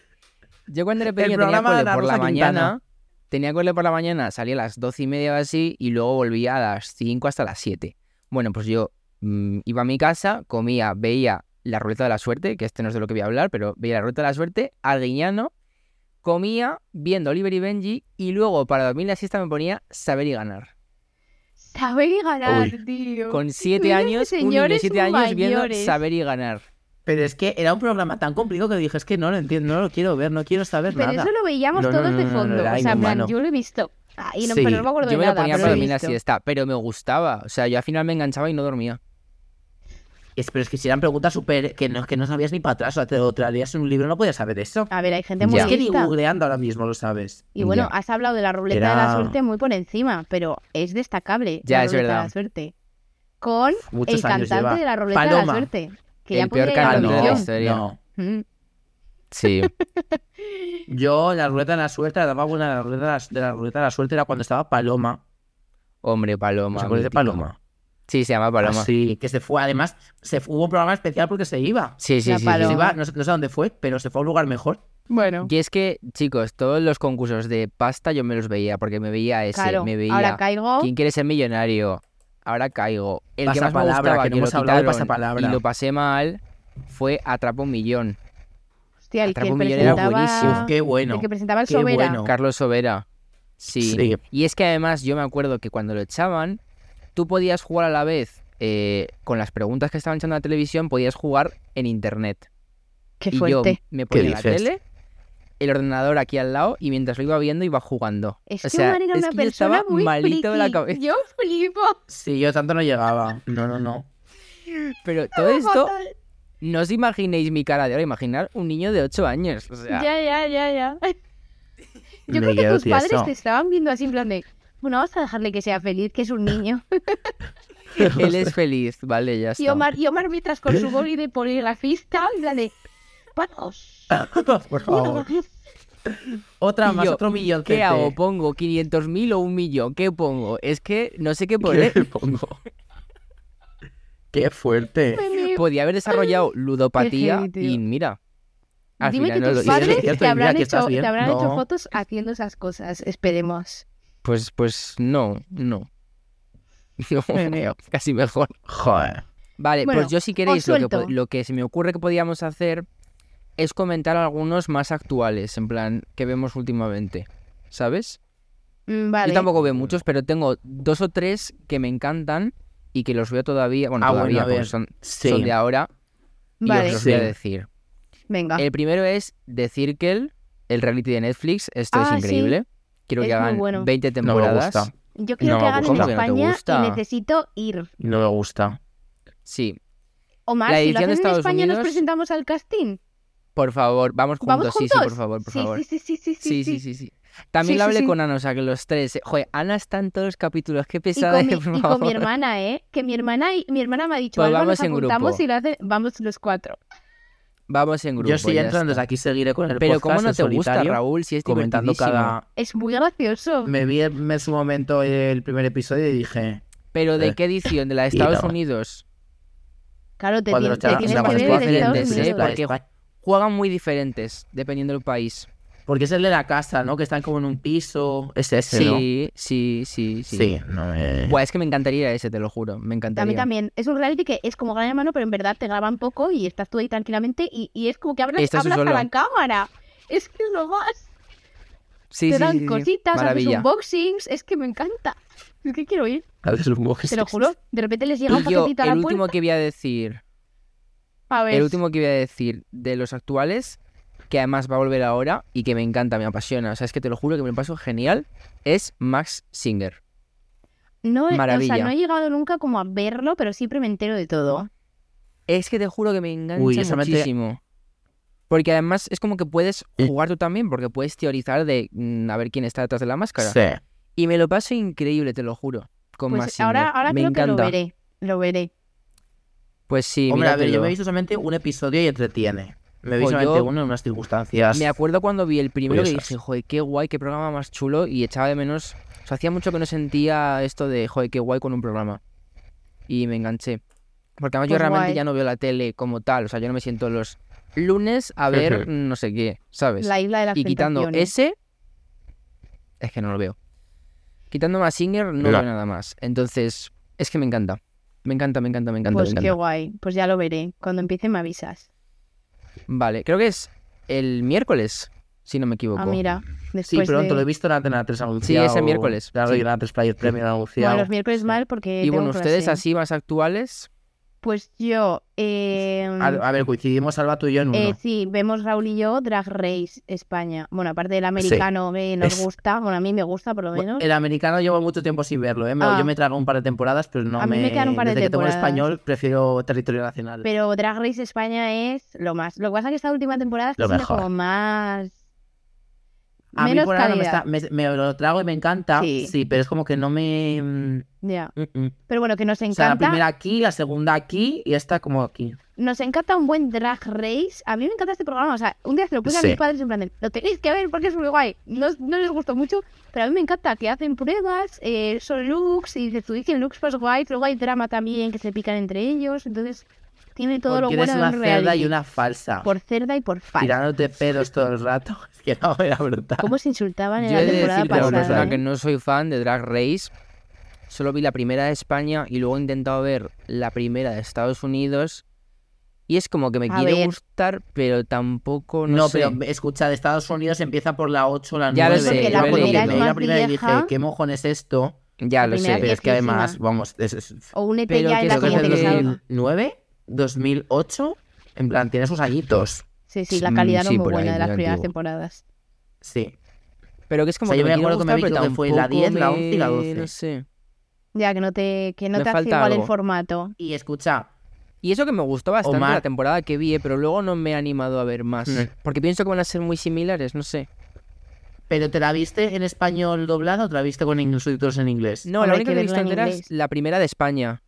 Yo cuando era pequeño tenía programa de cole la por la Rosa mañana. Quintana. Tenía cole por la mañana, salía a las doce y media o así, y luego volvía a las 5 hasta las 7. Bueno, pues yo mm, iba a mi casa, comía, veía la ruleta de la suerte, que este no es de lo que voy a hablar, pero veía la ruleta de la suerte, al guiñano, comía viendo Oliver y Benji, y luego para dormir la siesta me ponía saber y ganar. Saber y ganar, tío. Con este siete Mira, años, un niño de señores siete años viendo mayores. saber y ganar. Pero es que era un programa tan complicado que dije, es que no lo entiendo, no lo quiero ver, no quiero saber Pero nada. eso lo veíamos No, no, todos no, de no, no, fondo. era o sea, en plan, inhumano. yo lo he visto. Ahí no, Sí. pero no me acuerdo Yo de me lo nada. ponía pero para lo he dormir la visto. siesta, pero me gustaba. O sea, yo al final me enganchaba y no dormía. Es, pero es que si eran preguntas súper que no, que no sabías ni para atrás, o te lo traerías en un libro, no podías saber eso. A ver, hay gente muy Ya. Es que ni lista. googleando ahora mismo lo sabes. Y bueno, Ya. has hablado de la ruleta de la Era- suerte muy por encima, pero es destacable. Ya, la es ruleta de la verdad. suerte. Con Muchos el años cantante lleva. de la ruleta de la Paloma. suerte. Que El ya peor podría ir a Ah, cantante de la Eurovisión. historia. no. Mm. Sí. Yo, la ruleta de la suerte, la daba buena la ruleta de la, de la ruleta de la suerte era cuando estaba Paloma. Hombre, Paloma. ¿Os acordáis de mítica. Paloma? Sí, se llama Paloma. Ah, sí, que se fue. Además, se fu- hubo un programa especial porque se iba. Sí, sí, La sí, sí. Se Paloma. iba, no, sé- no sé a dónde fue, pero se fue a un lugar mejor. Bueno, Y es que, chicos, todos los concursos de pasta yo me los veía, porque me veía ese, claro. me veía. Ahora caigo. ¿Quién quiere ser millonario? Ahora caigo. El que más me Pasapalabra, gustaba, que que, no lo hemos hablado de quitaron pasapalabra. y lo pasé mal, fue Atrapa un millón. Hostia, el que Atrapa un millón era presentaba... buenísimo. Ah, Uf, qué bueno. el que presentaba el qué Sobera. bueno. No. Carlos Sobera. Sí. Sí. Y es que además yo me acuerdo que cuando lo echaban, tú podías jugar a la vez eh, con las preguntas que estaban echando en la televisión, podías jugar en internet. Qué y yo fuerte. me ponía ¿Qué la dices? tele, el ordenador aquí al lado, y mientras lo iba viendo, iba jugando. Es o que sea, Omar era es una que yo persona estaba muy malito de la friki. cabeza. Yo flipo. Sí, yo tanto no llegaba. No, no, no. Pero todo esto, no os imaginéis mi cara de ahora, imaginar un niño de 8 años. O sea, Ya, ya, ya, ya. Yo Me creo que quedo tus padres tieso. te estaban viendo así en plan de, bueno, vamos a dejarle que sea feliz, que es un niño. él es feliz, vale, ya está. Y Omar, y Omar mientras con su boli de poligrafista, en plan de, vamos. Por Oh, favor. Otra Y más, yo, otro millón. ¿Qué hago? ¿Pongo 500.000 o un millón? ¿Qué pongo? Es que no sé qué poner. ¿Qué pongo? Qué fuerte. Podía haber desarrollado ludopatía heavy, tío. y mira. al Dime final que no tus lo hice. Sí, padres es cierto, te y mira habrán, que hecho, estás te bien. habrán hecho No. fotos haciendo esas cosas, esperemos. Pues, pues no, no. No, casi mejor. Joder. Vale, Bueno, pues yo si os queréis, lo que, po- suelto. lo que se me ocurre que podíamos hacer es comentar algunos más actuales, en plan, que vemos últimamente. ¿Sabes? Mm, Vale. Yo tampoco veo muchos, pero tengo dos o tres que me encantan y que los veo todavía. Bueno, Ah, bueno, todavía, a ver. porque son, Sí. son de ahora. Y Vale, Ah. os los voy a Sí. decir. venga. El primero es The Circle, el reality de Netflix. Esto Ah, es sí. increíble. Quiero que Es muy hagan bueno. 20 No me temporadas. gusta. Yo quiero no, que hagan en ¿cómo que no te España gusta? y necesito ir. No me gusta. Sí, Omar, La si lo edición de haces en Estados España nos Unidos- presentamos al casting. por favor, vamos juntos. ¿Vamos Sí, juntos? sí, por favor, por sí, favor. Sí, sí, sí, sí, Sí, sí, sí, sí. También Sí, lo sí, hablé sí. con Ana, o sea que los tres. Joder, Ana está en todos los capítulos, qué Y pesada, con, mi, eh, por y con mi favor. hermana, ¿eh? Que mi hermana y mi hermana me ha dicho, Pues Alba, vamos nos en grupo. apuntamos y lo hace- vamos los cuatro. Vamos en grupo. Yo sí ya entro, entonces está. aquí seguiré con el Pero podcast ¿cómo no en te gusta, solitario, Raúl? Si es Comentando divertidísimo. cada... Es muy gracioso. Me vi en en su momento el primer episodio y dije... Pero ¿de Eh. qué edición? ¿De la de Estados no. Unidos? Claro, te, Cuando ti- los ¿eh? te chavales tienes la que estaban ver el de cuando Estados hacen Unidos. desplay. pues". Juegan muy diferentes, dependiendo del país. Porque es el de la casa, ¿no? Que están como en un piso. Es ese, ¿no? Sí, sí, sí, sí. Sí, no me... Buah, es que me encantaría ese, te lo juro. Me A mí encantaría. también. Es un reality que es como Gran Hermano, pero en verdad te graban poco y estás tú ahí tranquilamente y, y es como que hablas, Estás tú hablas a la solo. cámara. Es que es lo más. Sí, te sí, dan sí, sí. cositas, haces Maravilla. unboxings. Es que me encanta. Es que quiero ir, A veces un Pues poco- te lo juro. De repente les llega un Y yo, paquetito a la el puerta. último que voy a decir, A ver, el último que voy a decir de los actuales, que además va a volver ahora y que me encanta, me apasiona, o sea, es que te lo juro que me lo paso genial, es Max Singer. no, he- O sea, maravilla. no he llegado nunca como a verlo, pero siempre me entero de todo. Es que te juro que me engancha Uy, esa mente- muchísimo. Porque además es como que puedes Y- jugar tú también, porque puedes teorizar de mm, a ver quién está detrás de la máscara. Sí. Y me lo paso increíble, te lo juro, con Max Pues Singer. ahora, ahora me creo encanta. que lo veré. Lo veré. Pues sí, Hombre, Pues a ver, yo míratelo. me he visto solamente un episodio y entretiene. Me vi Jo, solamente yo- uno en unas circunstancias. Me acuerdo cuando vi el primero que Curiosas. dije, joder, qué guay, qué programa más chulo. Y echaba de menos. O sea, hacía mucho que no sentía esto de, joder, qué guay con un programa. Y me enganché. Porque además yo Pues realmente guay. ya no veo la tele como tal. O sea, yo no me siento los lunes a ver Ujú. no sé qué, ¿sabes? Pues, La isla de las y quitando tentaciones. ese. Es que no lo veo. Quitando a Singer, no La- veo nada más. Entonces, es que me encanta. Me encanta, me encanta, me encanta. Pues me qué encanta. guay. Pues ya lo veré. Cuando empiece me avisas. Ah, Vale, creo que es el miércoles, si no me equivoco. Ah, mira. Después Sí, pronto de... lo he visto en Antena 3 anunciado. ese miércoles, Claro, sí. y en Antena 3 Player Premium Bueno, anunciado. los miércoles mal Y porque. Eh, tengo bueno, ustedes clase. así más actuales. Pues yo. eh, A, a ver, coincidimos Alba tú y yo en uno. eh, sí, vemos Raúl y yo Drag Race España. Bueno, aparte del americano que nos Es- gusta. Bueno, a mí me gusta por lo menos. El americano llevo mucho tiempo sin verlo, ¿eh? Me- Ah. Yo me trago un par de temporadas, pero no A mí me quedan un par de Desde que temporadas. tengo el español, prefiero territorio nacional. Pero Drag Race España es lo más. Lo que pasa es que esta última temporada está Lo siendo mejor. como más. A mí menos por ahora no me, calidad. está, me, me lo trago y me encanta, Sí. sí. pero es como que no me... mm, Ya. mm, mm. Pero bueno, que nos O sea, encanta. la primera aquí, la segunda aquí y esta como aquí. Nos encanta un buen Drag Race. A mí me encanta este programa. O sea, un día se lo puse Sí. a mis padres en plan de, lo tenéis que ver porque es muy guay. No, no les gustó mucho, pero a mí me encanta que hacen pruebas, eh, son looks y dices, tú dicen looks pues guay. Luego hay drama también que se pican entre ellos. Entonces, tiene todo Porque lo bueno eres una de un cerda y reality. una falsa. Por cerda y por falsa. Tirándote pedos todo el rato. Es que no, era brutal. ¿Cómo se insultaban en Yo la he de temporada decir como pasada, persona pasada? ¿eh? que no soy fan de Drag Race. Solo vi la primera de España y luego he intentado ver la primera de Estados Unidos. Y es como que me A quiere ver. gustar, pero tampoco, no, No, sé. pero escucha, de Estados Unidos empieza por la 8 o la 9. Ya lo sé, Porque yo la me primera acuerdo es que vi más la primera y dije, vieja. ¿qué mojón es esto? Ya La lo primera sé. Pero es que viejísima. además, vamos, es, es- O únete pero ya en la creo que es siguiente del que salga. 2009, 2008, en plan, tiene sus añitos. Sí, sí, la Mm, calidad sí, no muy por ahí, buena de las muy primeras antiguo. temporadas. Sí. Pero que es como O sea, yo que me quieren acuerdo que me vi gustar, creo pero que fue la tampoco 10, la 11 y la me- 12. No sé. Ya, que no te, que no Me te hace falta igual el algo. formato. Y escucha, Y eso que me gustó bastante la Omar. temporada que vi, eh, pero luego no me he animado a ver más. Mm. Porque pienso que van a ser muy similares, no sé. ¿pero te la viste en español doblada o te la viste con in- subtítulos en inglés? No, Hombre, la única hay que que he verla visto en entera inglés. Ah. es la primera de España.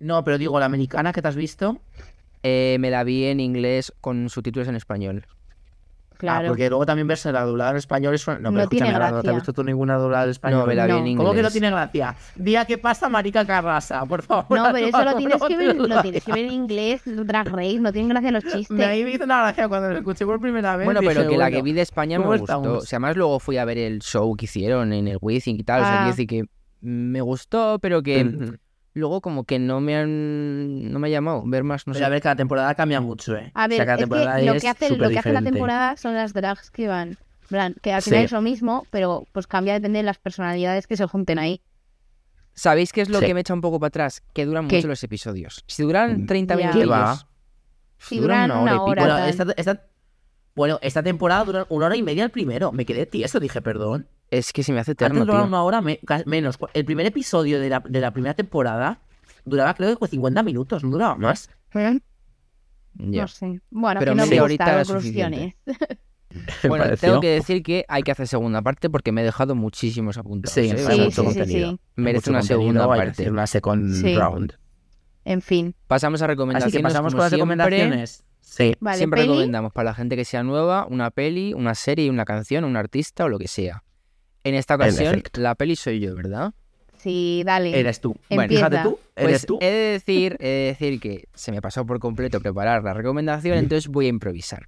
No, pero digo, la americana que te has visto. Ah, Eh, me la vi en inglés con subtítulos en español. Ah, Claro. porque luego también verse la doblada en español es una... No, pero No tiene escúchame, ahora no te gracia. has visto tú ninguna doblada en español. No, me la vi No. en inglés. ¿Cómo que no tiene gracia? Día que pasa Marica Carrasa, por favor. No, pero eso lo no tienes que ver, tiene lo tienes que ver en inglés, Drag Race, no tienen gracia los Me chistes. ahí me hizo una gracia cuando lo escuché por primera vez. Bueno, pero dije, que la que bueno. vi de España me ¿cómo gustó. estamos? O sea, además luego fui a ver el show que hicieron en el Wizzing y tal. O sea, Ah. quiero decir que me gustó, pero que Ujú. luego como que no me han... No me ha llamado ver más, no sé. Pero Pues Mm. a ver, cada temporada cambia mucho, ¿eh? A O sea, ver, cada es temporada que lo es que, hace, lo que hace la superdiferente. temporada son las drags que van. En plan, que al Sí. final es lo mismo, pero pues cambia depende de las personalidades que se junten ahí. ¿Sabéis qué es lo Sí. Mm. que me echa un poco para atrás? Que duran ¿Qué? mucho los episodios. Si duran 30 Ya. ¿Qué minutos... va? Si duran una hora. Bueno, tal. esta, esta- bueno, esta temporada dura una hora y media el primero. Me quedé tieso, dije, perdón. Es que se me hace Antes eterno, duraba tío. una hora me- ca- menos. El primer episodio de la, de la primera temporada duraba creo que 50 minutos, no duraba más. ¿Eh? Ya. No sé. Bueno, Pero que no me ¿eh? media gusta, horita era conclusiones. Bueno, tengo que decir que hay que hacer segunda parte porque me he dejado muchísimos apuntados. Sí, ¿eh? sí, O sea, hay Sí, mucho sí, sí, contenido. sí. Merece Mucho una contenido, segunda hay que parte. hacer Una second Sí. round. En fin. Pasamos a recomendaciones. Así que pasamos como con las siempre. recomendaciones. Sí. Vale, Siempre peli, recomendamos para la gente que sea nueva una peli, una serie, una canción, un artista o lo que sea. En esta ocasión, efecto. la peli soy yo, ¿verdad? Sí, dale. Eres tú. Bueno, Empieza. fíjate tú. Pues Eres tú. He de, decir, he de decir que se me pasó por completo preparar la recomendación, entonces voy a improvisar.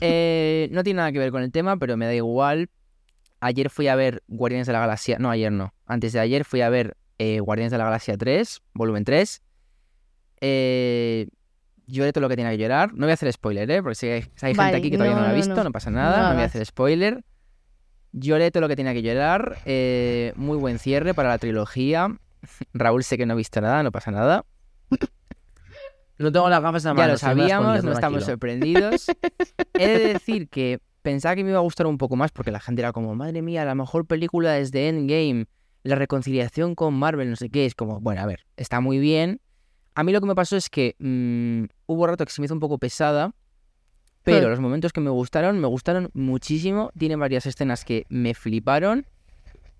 Eh, no tiene nada que ver con el tema, pero me da igual. Ayer fui a ver Guardianes de la Galaxia. No, ayer no. Antes de ayer fui a ver eh, Guardianes de la Galaxia 3, volumen 3. Eh, lloré todo lo que tenía que llorar. No voy a hacer spoiler, ¿eh? Porque si hay, si hay Vale, gente aquí que todavía no, no, lo ha no, visto, no. no, pasa nada. No No, voy a hagas. hacer spoiler. Lloré todo lo que tenía que llorar. eh, muy buen cierre para la trilogía. Raúl sé que no viste nada, no pasa nada. No tengo las gafas en Ya la mano. lo estoy en las sabíamos, no poniendo, estamos tranquilo. sorprendidos. He de decir que pensaba que me iba a gustar un poco más porque la gente era como, madre mía, la mejor película desde Endgame, la reconciliación con Marvel, no sé qué. Es como, bueno, a ver, está muy bien. A mí lo que me pasó es que mm, hubo rato que se me hizo un poco pesada, pero Hmm. los momentos que me gustaron, me gustaron muchísimo. Tiene varias escenas que me fliparon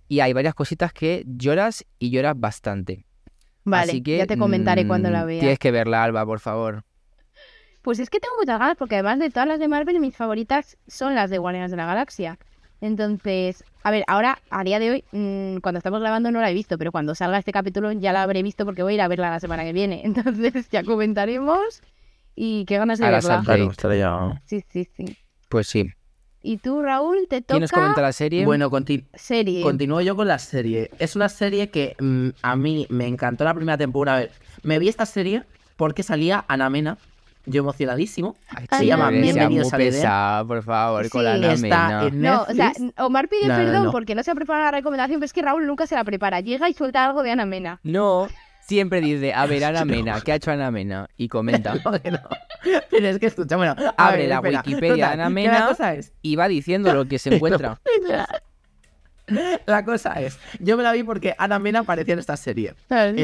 y hay varias cositas que lloras y lloras bastante. Vale, Así que, ya te comentaré cuando mm, la vea. Tienes que verla, Alba, por favor. Pues es que tengo muchas ganas, porque además de todas las de Marvel, mis favoritas son las de Guardianes de la Galaxia. Entonces, a ver, ahora, a día de hoy, mm, cuando estamos grabando no la he visto, pero cuando salga este capítulo ya la habré visto porque voy a ir a verla la semana que viene. Entonces, ya comentaremos y qué ganas de A la verla. salta. Claro, estaré ya. Sí, sí, sí. Pues sí. Y tú, Raúl, te ¿Quién nos toca comenta la serie? Bueno, continúa. serie. Continúo yo con la serie. Es una serie que mm, a mí me encantó la primera temporada. A ver, me vi esta serie porque salía Ana Mena. Yo emocionadísimo. Ay, se chica, llama que sea Bienvenidos muy al Edén. pesada, por favor, con la Sí. Ana Está Mena. en No, o sea, Netflix. Omar pide No, no, perdón no. porque no se ha preparado la recomendación, pero es que Raúl nunca se la prepara. Llega y suelta algo de Ana Mena. No, siempre dice, a ver, Ana Mena, ¿qué ha hecho Ana Mena? Y comenta. No, que no. Pero es que escucha, bueno. a Abre la Wikipedia de Ana que Mena. La cosa es. Y va diciendo lo que se encuentra. La cosa es. Yo me la vi porque Ana Mena aparecía en esta serie.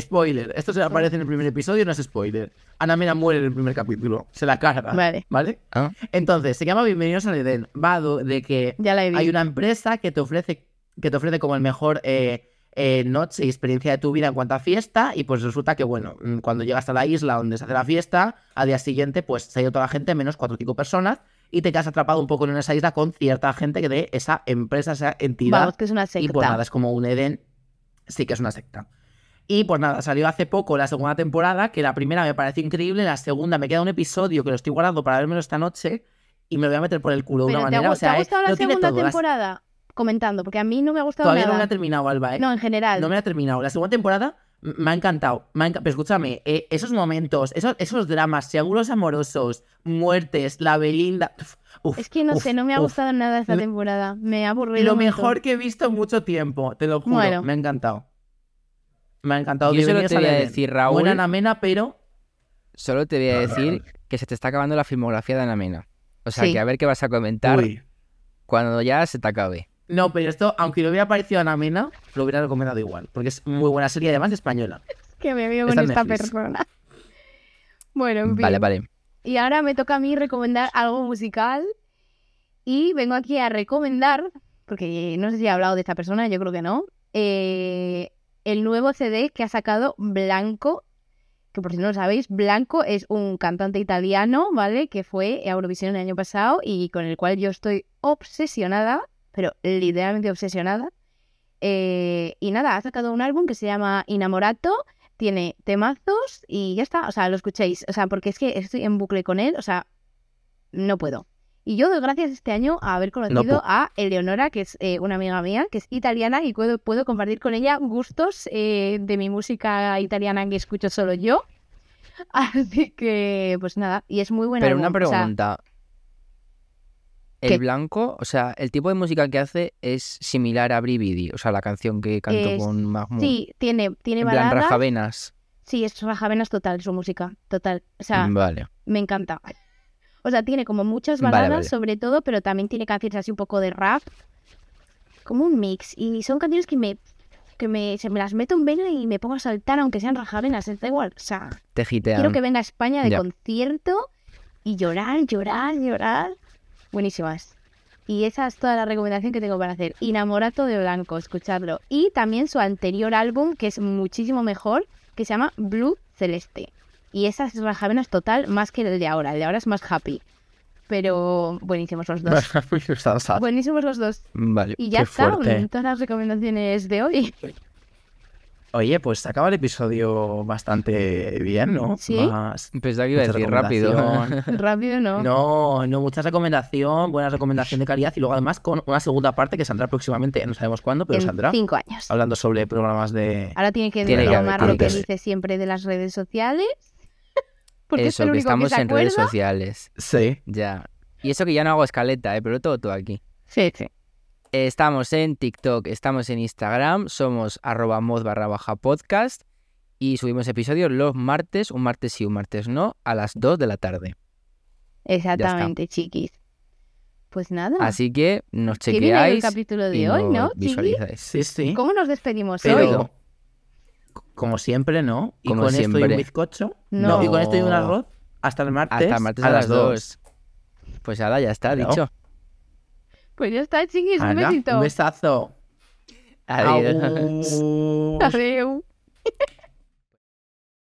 Spoiler. Esto se aparece en el primer episodio, no es spoiler. Ana Mena muere en el primer capítulo. Se la carga. Vale. ¿Vale? Ah, Entonces, se llama Bienvenidos al Edén. Va do- de que Ya la he visto. hay una empresa que te ofrece, que te ofrece como el mejor eh, eh, noche y experiencia de tu vida en cuanto a fiesta. Y pues resulta que, bueno, mm, cuando llegas a la isla donde se hace la fiesta, al día siguiente, pues se ha ido toda la gente, menos cuatro o cinco personas, y te quedas atrapado un poco en esa isla con cierta gente que de esa empresa, esa entidad. Vamos, que es una secta. Y pues nada, es como un Edén. Sí, que es una secta. Y pues nada, salió hace poco la segunda temporada, que la primera me pareció increíble, la segunda me queda un episodio que lo estoy guardando para vérmelo esta noche y me lo voy a meter por el culo de Pero una ¿te, ha, manera. gu- o sea, te ha eh, gustado la lo tiene segunda todo, la- temporada? Comentando, porque a mí no me ha gustado Todavía no me nada. la ha terminado, Alba, ¿eh? No, en general. No me la ha terminado. La segunda temporada M- Me ha encantado. Me ha enca- Pero escúchame, eh, esos momentos, esos, esos dramas, triángulos amorosos, muertes, la Belinda. Uf, Es que no uf, sé, no me ha uf. gustado nada esta Me- temporada. Me ha aburrido. Lo un montón. mejor que he visto en mucho tiempo, te lo juro. Bueno. Me ha encantado. Me ha encantado. Yo solo Bienvenidos te voy a Belén. decir, Raúl- Buena Ana Mena, pero. Solo te voy a decir que se te está acabando la filmografía de Ana Mena. O sea, Sí. que a ver qué vas a comentar Uy. cuando ya se te acabe. No, pero esto, aunque lo hubiera parecido Ana Mena, lo hubiera recomendado igual. Porque es muy buena serie, además española. Que me veo con Está en esta Netflix. persona. Bueno, en fin. Vale, vale. Y ahora me toca a mí recomendar algo musical. Y vengo aquí a recomendar, porque no sé si he hablado de esta persona, yo creo que no, eh, el nuevo CD que ha sacado Blanco, que por si no lo sabéis, Blanco es un cantante italiano, ¿vale? Que fue a Eurovisión el año pasado y con el cual yo estoy obsesionada, pero literalmente obsesionada. Eh, y nada, ha sacado un álbum que se llama Inamorato tiene temazos y ya está. O sea, lo escuchéis. O sea, porque es que estoy en bucle con él. O sea, no puedo. Y yo doy gracias este año a haber conocido puedo. a Eleonora, que es eh, una amiga mía, que es italiana y puedo, puedo compartir con ella gustos eh, de mi música italiana que escucho solo yo. Así que, pues nada, y es muy buena. Pero una álbum, o sea, pregunta. El ¿Qué? blanco, o sea, el tipo de música que hace es similar a Brividi, o sea, la canción que cantó Eh, con Mahmoud. sí, tiene, tiene en plan baladas. rajavenas. Sí, es rajavenas total, su música, total. O sea, vale. me encanta. O sea, tiene como muchas Mm. Vale, baladas, vale. sobre todo, pero también tiene canciones así un poco de rap, como un mix. Y son canciones que me que me, se me las meto en vena y me pongo a saltar, aunque sean rajavenas, da igual. O sea, Te quiero gitean. que venga a España de Ya. concierto y llorar, llorar, llorar. Buenísimas. Y esa es toda la recomendación que tengo para hacer. Inamorato de Blanco, escuchadlo. Y también su anterior álbum, que es muchísimo mejor, que se llama Blue Celeste. Y esa es rajavenas total más que el de ahora. El de ahora es más happy. Pero buenísimos los dos. buenísimos los dos. Vale. Y ya Qué está, fuerte. todas las recomendaciones de hoy. Oye, pues se acaba el episodio bastante bien, ¿no? Sí. Más- Pensaba que Pues iba a mucha decir rápido. recomendación. Rápido, ¿no? No, no, mucha recomendación, buena recomendación de calidad y luego además con una segunda parte que saldrá próximamente, no sabemos cuándo, pero en Ah. saldrá, cinco años. hablando sobre programas de... Ahora tiene que Tiene que retomar haber, lo que tiene que dice siempre de las redes sociales. Porque es Eso, el que único estamos se en redes acuerda. sociales. Sí. Ya. Y eso que ya no hago escaleta, ¿eh? pero todo, todo aquí. Sí, sí. Estamos en TikTok, estamos en Instagram, somos arroba mod barra baja podcast y subimos episodios los martes, un martes sí, un martes no, a las 2 de la tarde. Exactamente, chiquis. Pues nada. Así que nos que viene ahí el chequeáis capítulo y de hoy, ¿no, nos chiquis? visualizáis. Sí, sí. ¿Cómo nos despedimos hoy? Pero, como siempre, ¿no? Y Como con esto y siempre. un bizcocho. No. Y con esto y un arroz. Hasta el martes. Hasta el martes a, las 2. Pues ahora ya está, Claro. dicho. Pues ya está, chiquis, un Hala, besito. Un besazo. Adiós. Au. Adiós.